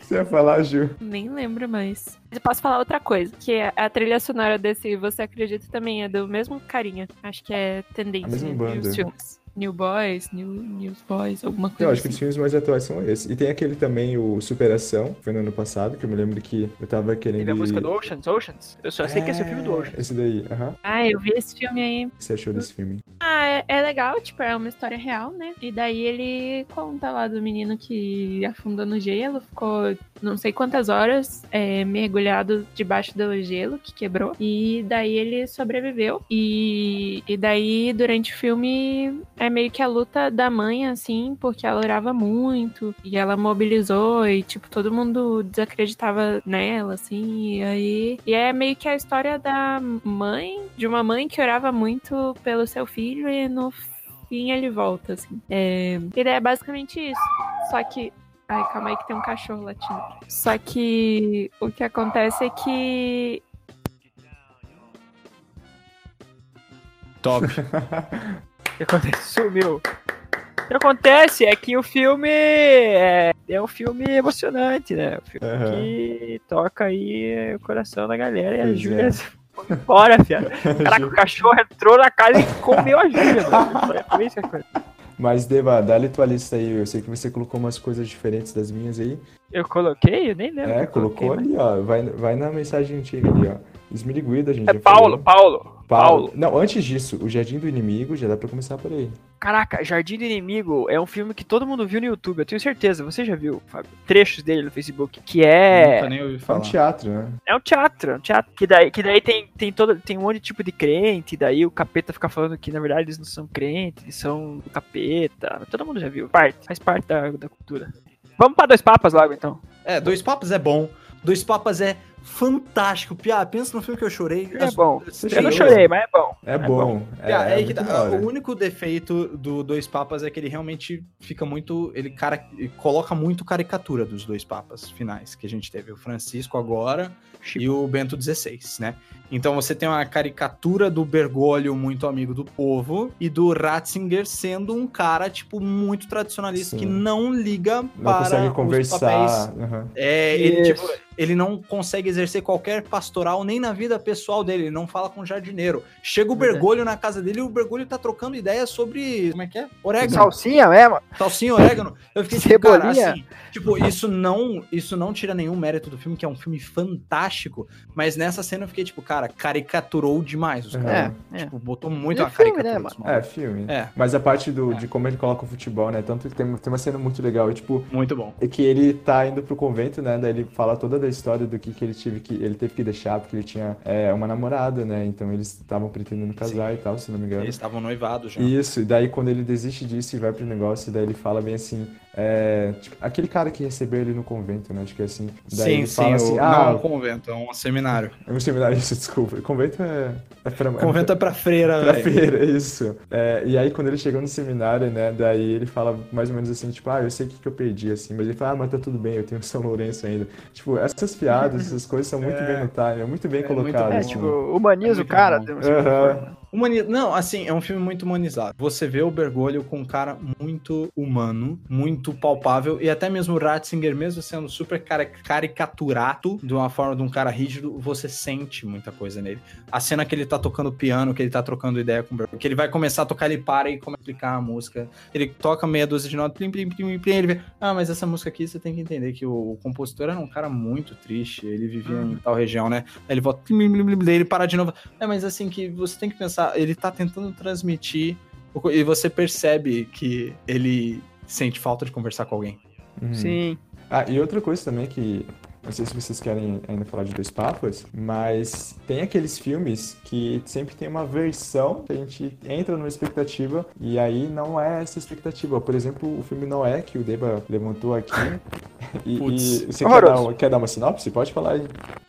Você ia falar, Ju. Nem lembro mais. Eu posso falar outra coisa, que é a trilha sonora desse Você Acredita também é do mesmo carinha. Acho que é A tendência mesma né, banda. dos filmes. New Boys, New News Boys, alguma coisa. Eu acho que assim. os filmes mais atuais são esses. E tem aquele também, o Superação, que foi no ano passado, que eu me lembro que eu tava querendo. Teve é a ir- música do Oceans, Oceans. Eu só sei que esse é o filme do Oceans. Esse daí, aham. Ah, eu vi esse filme aí. O que você achou desse filme? Ah, é, é legal, tipo, é uma história real, né? E daí ele conta lá do menino que afundou no gelo, ficou não sei quantas horas é, mergulhado debaixo do gelo que quebrou. E daí ele sobreviveu. E, e daí, durante o filme, é meio que a luta da mãe, assim, porque ela orava muito e ela mobilizou e, tipo, todo mundo desacreditava nela, assim. E aí. E é meio que a história da mãe, de uma mãe que orava muito pelo seu filho e no fim ele volta, assim. É, e daí é basicamente isso. Só que. Ai, calma aí que tem um cachorro latindo. Só que o que acontece é que. Top. que acontece? Sumiu. O que acontece é que o filme é, é um filme emocionante, né? Um filme Aham. que toca aí o coração da galera e a Pois Júlia é. foi embora, fiado. Caraca, o cachorro entrou na casa e comeu a Júlia, mano. Foi- Foi isso que aconteceu. Mas, Deva, dá-lhe tua lista aí. Eu sei que você colocou umas coisas diferentes das minhas aí. Eu coloquei? Eu nem lembro. É, que eu coloquei, colocou mas- ali, ó. Vai, vai na mensagem antiga ali, ó. Esmiriguida, gente. É já falou. Paulo, Paulo, Paulo. Não, antes disso, o Jardim do Inimigo, já dá pra começar por aí. Caraca, Jardim do Inimigo é um filme que todo mundo viu no YouTube, eu tenho certeza. Você já viu, Fábio? Trechos dele no Facebook, que é. Nunca nem ouvi É um falar. teatro, né? É um teatro, é um teatro. Que daí, que daí tem, tem, todo, tem um monte de tipo de crente, daí o capeta fica falando que na verdade eles não são crentes, eles são do capeta. Todo mundo já viu, parte, faz parte da, da cultura. Vamos pra dois papas logo então. É, Dois Papas é bom. Dois Papas é fantástico. Piá, pensa no filme que eu chorei. É bom. Sim, eu não eu- chorei, mas é bom. É, bom. É, Piá, é aí é que muito tá. da hora. O único defeito do Dois Papas é que ele realmente fica muito. Ele cara, ele coloca muito caricatura dos dois papas finais que a gente teve. O Francisco agora Chico. e o Bento XVI, né? Então você tem uma caricatura do Bergoglio muito amigo do povo e do Ratzinger sendo um cara, tipo, muito tradicionalista Sim. que não liga Não para consegue os papéis conversar. aham. é, ele, Isso. tipo, ele não consegue exercer qualquer pastoral nem na vida pessoal dele, ele não fala com um jardineiro. Chega o é. Verdade. Bergolho na casa dele e o Bergolho tá trocando ideias sobre. Como é que é? Orégano. Salsinha mesmo? Salsinha, orégano. Eu fiquei tipo, cara, Cebolinha. assim, tipo, isso não, isso não tira nenhum mérito do filme, que é um filme fantástico, mas nessa cena eu fiquei tipo, cara, caricaturou demais os Uhum. caras. É, é. Tipo, botou muito E a o filme, caricatura. né, dos É, malucos. filme. É. Mas a parte do, É. de como ele coloca o futebol, né? Tanto que tem, tem uma cena muito legal, tipo, Muito bom. é que ele tá indo pro convento, né? Daí ele fala toda da história do que, que ele tive que ele teve que deixar, porque ele tinha é, uma namorada, né? Então eles estavam pretendendo casar e tal, se não me engano. Eles estavam noivados já. Isso, e daí quando ele desiste disso e vai pro negócio, daí ele fala bem assim, é, tipo, aquele cara que recebeu ele no convento, né? Acho que é assim. Daí ele fala assim, o- ah, não é um convento, é um seminário. eu não sei me dar isso, desculpa. Convento é. é pra- é Convento é pra freira, Pra velho. feira, isso. É, e aí, quando ele chegou no seminário, né, daí ele fala mais ou menos assim, tipo, ah, eu sei o que, que eu perdi, assim, mas ele fala, ah, mas tá tudo bem, eu tenho São Lourenço ainda. Tipo, essas piadas, essas coisas são muito É. bem no time, é muito bem É, colocado, muito bom. É, assim. tipo, humaniza É o muito cara. um bom. de uma certa Aham. forma. Humani... Não, assim, é um filme muito humanizado. Você vê o Bergoglio com um cara muito humano, muito palpável, e até mesmo o Ratzinger, mesmo sendo super cara- caricaturato, de uma forma de um cara rígido, você sente muita coisa nele. A cena que ele tá tocando piano, que ele tá trocando ideia com o Bergoglio, que ele vai começar a tocar, ele para e começa a explicar a música. Ele toca meia dúzia de notas, plim, plim, plim, plim, ele vê, ah, mas essa música aqui você tem que entender que o, o compositor era um cara muito triste, ele vivia em tal região, né? Aí ele volta, plim, plim, plim, plim, daí ele para de novo, é, mas assim que você tem que pensar, ele tá tentando transmitir o co- e você percebe que ele sente falta de conversar com alguém. Uhum. Sim. Ah, e outra coisa também que. Não sei se vocês querem ainda falar de Dois Papas, mas tem aqueles filmes que sempre tem uma versão que a gente entra numa expectativa e aí não é essa expectativa. Por exemplo, o filme Noé, que o Deba levantou aqui. E, Putz, e você quer dar, horroroso. quer dar uma sinopse? Pode falar aí.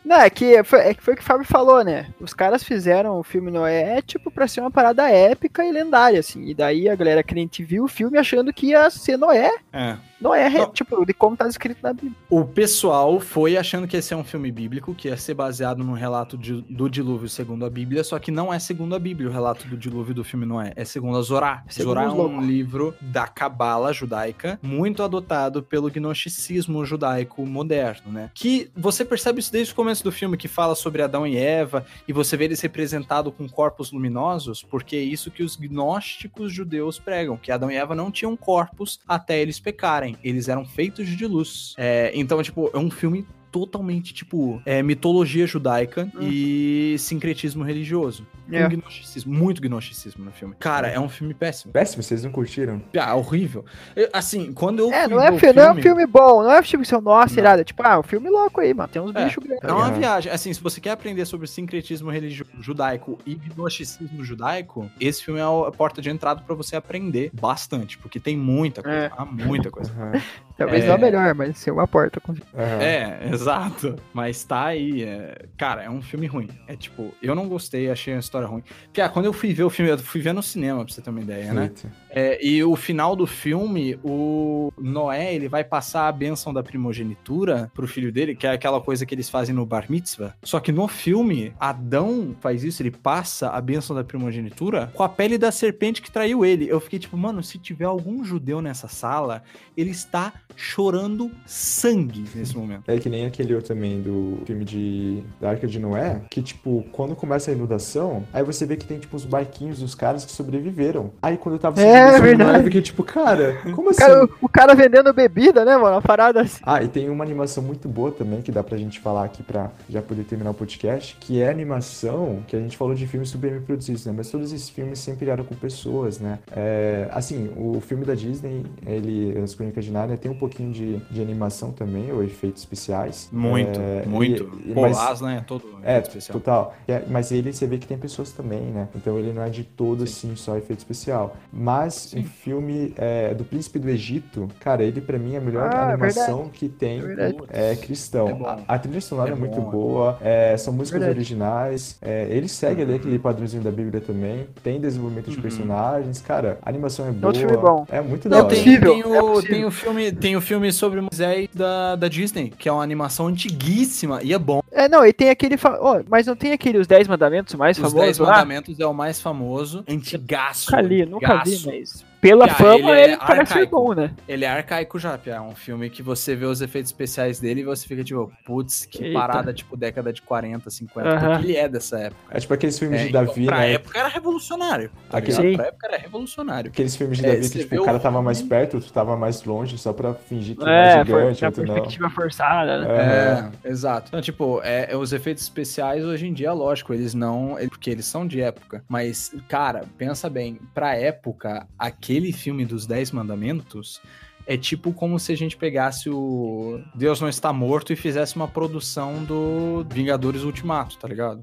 Não, é que, foi, é que foi o que o Fábio falou, né? Os caras fizeram o filme Noé, tipo, pra ser uma parada épica e lendária, assim. E daí a galera crente viu o filme achando que ia ser Noé. É. Noé, Não. tipo, de como tá escrito na Bíblia. O pessoal foi achando que ia ser um filme bíblico, que ia ser baseado no relato de- do dilúvio segundo a Bíblia, só que não é segundo a Bíblia o relato do dilúvio do filme Noé, é segundo a Zorá. Segundo Zorá é os um loucos. livro da cabala judaica, muito adotado pelo gnosticismo judaico moderno, né? Que você percebe isso desde o começo do filme, que fala sobre Adão e Eva, e você vê eles representados com corpos luminosos, porque é isso que os gnósticos judeus pregam, que Adão e Eva não tinham corpos até eles pecarem, eles eram feitos de luz. É, então, tipo, é um filme totalmente, tipo, é, mitologia judaica Hum. e sincretismo religioso. É. Um gnosticismo, muito gnosticismo no filme. Cara, é um filme péssimo. Péssimo, vocês não curtiram? Ah, horrível. Eu- assim, quando eu É, fui não é, ver o fi- não é um filme bom, não é tipo, seu, nossa, Não. irado. É tipo, ah, um filme louco aí, mano. Tem uns É. bichos grandes. É uma Uhum. viagem. Assim, se você quer aprender sobre sincretismo religioso judaico e gnosticismo judaico, esse filme é a porta de entrada pra você aprender bastante, porque tem muita coisa. É. Há muita coisa. Aham. Talvez É. não a melhor, mas assim, uma porta com Aham. É, exato. Mas tá aí. é- Cara, é um filme ruim. É tipo, eu não gostei, achei a história ruim. Porque ah, quando eu fui ver o filme, eu fui ver no cinema, pra você ter uma ideia, né? Eita. É, e o final do filme, o Noé, ele vai passar a bênção da primogenitura pro filho dele, que é aquela coisa que eles fazem no Bar Mitzvah. Só que no filme, Adão faz isso, ele passa a bênção da primogenitura com a pele da serpente que traiu ele. Eu fiquei tipo, mano, se tiver algum judeu nessa sala, ele está chorando sangue nesse momento. É que nem aquele outro também do filme de da Arca de Noé, que tipo, quando começa a inundação, aí você vê que tem tipo os barquinhos dos caras que sobreviveram. Aí quando eu tava É, assistindo isso no verdade. live, que tipo, cara, como O assim? cara, o cara vendendo bebida, né, mano? Uma parada assim. Ah, e tem uma animação muito boa também que dá pra gente falar aqui pra já poder terminar o podcast, que é a animação que a gente falou de filmes super bem produzidos, né? Mas todos esses filmes sempre eram com pessoas, né? É, assim, o filme da Disney, ele, as Crônicas de Nárnia, tem um pouquinho de, de animação também, ou efeitos especiais. É, e- e- mas- Polaz, né? Todo É, especial. total. É, mas ele, você vê que tem pessoas também, né? Então ele não é de todo assim, só efeito especial. Mas o um filme é, do Príncipe do Egito, cara, ele pra mim é a melhor Ah, é animação que tem. É verdade. É cristão. É bom. A- a, trilha sonora É é, muito bom, é boa, é, são músicas Verdade. originais, é, ele segue ali aquele padrãozinho da Bíblia também, tem desenvolvimento de Uhum. um personagens, cara, a animação é boa. outro filme bom. É muito Não, da Não, hora. tem, possível, tem o, é possível. tem o filme, tem o filme sobre Moisés da, da Disney, que é uma animação antiguíssima e é bom. É, não, e tem aquele. fa- ó, mas não tem aquele Os Dez Mandamentos mais Os famosos Dez É lá? Mandamentos é o mais famoso. Antigaço. Nunca li, nunca vi, né? antigaço. mas... Pela Cara, fama, ele é ele, parece ser arcaico. bom, né? Ele é arcaico já, Pia. É um filme que você vê os efeitos especiais dele e você fica tipo, putz, que Eita. parada, tipo, década de 40, 50. Aham. Porque ele é dessa época. É tipo aqueles filmes É, de então, Davi, pra né? época era revolucionário. Tá Aquele- ligado? Sim. Pra época era revolucionário. Aqueles filmes de É, Davi você que tipo, vê o o cara tava filme- mais perto, outro tava mais longe, só pra fingir que era É, foi gigante, foi uma outro não. perspectiva forçada, né? É. É, exato. Então, tipo, é, é os efeitos especiais hoje em dia, lógico, eles não. ele- Porque eles são de época. Mas, cara, pensa bem, pra época, aquele filme dos Dez Mandamentos. É tipo como se a gente pegasse o Deus Não Está Morto e fizesse uma produção do Vingadores Ultimato, tá ligado?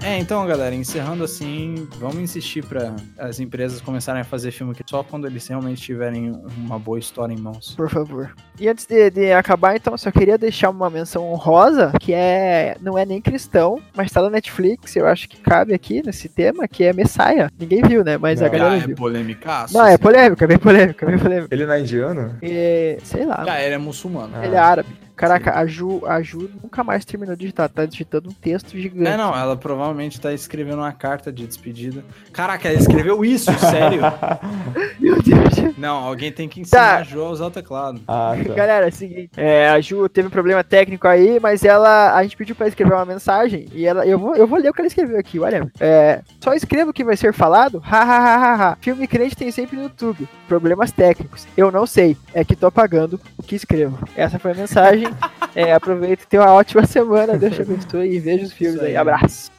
É, então, galera, encerrando assim, vamos insistir pra as empresas começarem a fazer filme aqui só quando eles realmente tiverem uma boa história em mãos. Por favor. E antes de, de acabar, então, só queria deixar uma menção honrosa, que é. Não é nem cristão, mas tá na Netflix, eu acho que cabe aqui nesse tema, que é Messiah. Ninguém viu, né? Mas a Não. galera Ah, é viu. polêmica. Não, é polêmica, bem polêmica, bem polêmica. Ele não é indiano? É, sei lá. Cara, ele é muçulmano. Ah. Ele é árabe. Caraca, a Ju, a Ju nunca mais terminou de digitar, tá digitando um texto É, gigante. não, ela provavelmente tá escrevendo uma carta de despedida. Caraca, ela escreveu isso, sério? Meu Deus. Não, alguém tem que ensinar Tá. a Jo a usar o teclado. ah, tá. Galera, é o seguinte, é, a Ju teve um problema técnico aí, mas ela, a gente pediu pra ela escrever uma mensagem e ela, eu vou, eu vou ler o que ela escreveu aqui, olha. É, só escreva o que vai ser falado, ha, ha, ha, ha, ha. Filme crente tem sempre no YouTube, problemas técnicos. Eu não sei, é que tô apagando o que escrevo. Essa foi a mensagem. é, aproveita e tenha uma ótima semana, Deus te abençoe e veja os filmes Isso aí. aí. Abraço.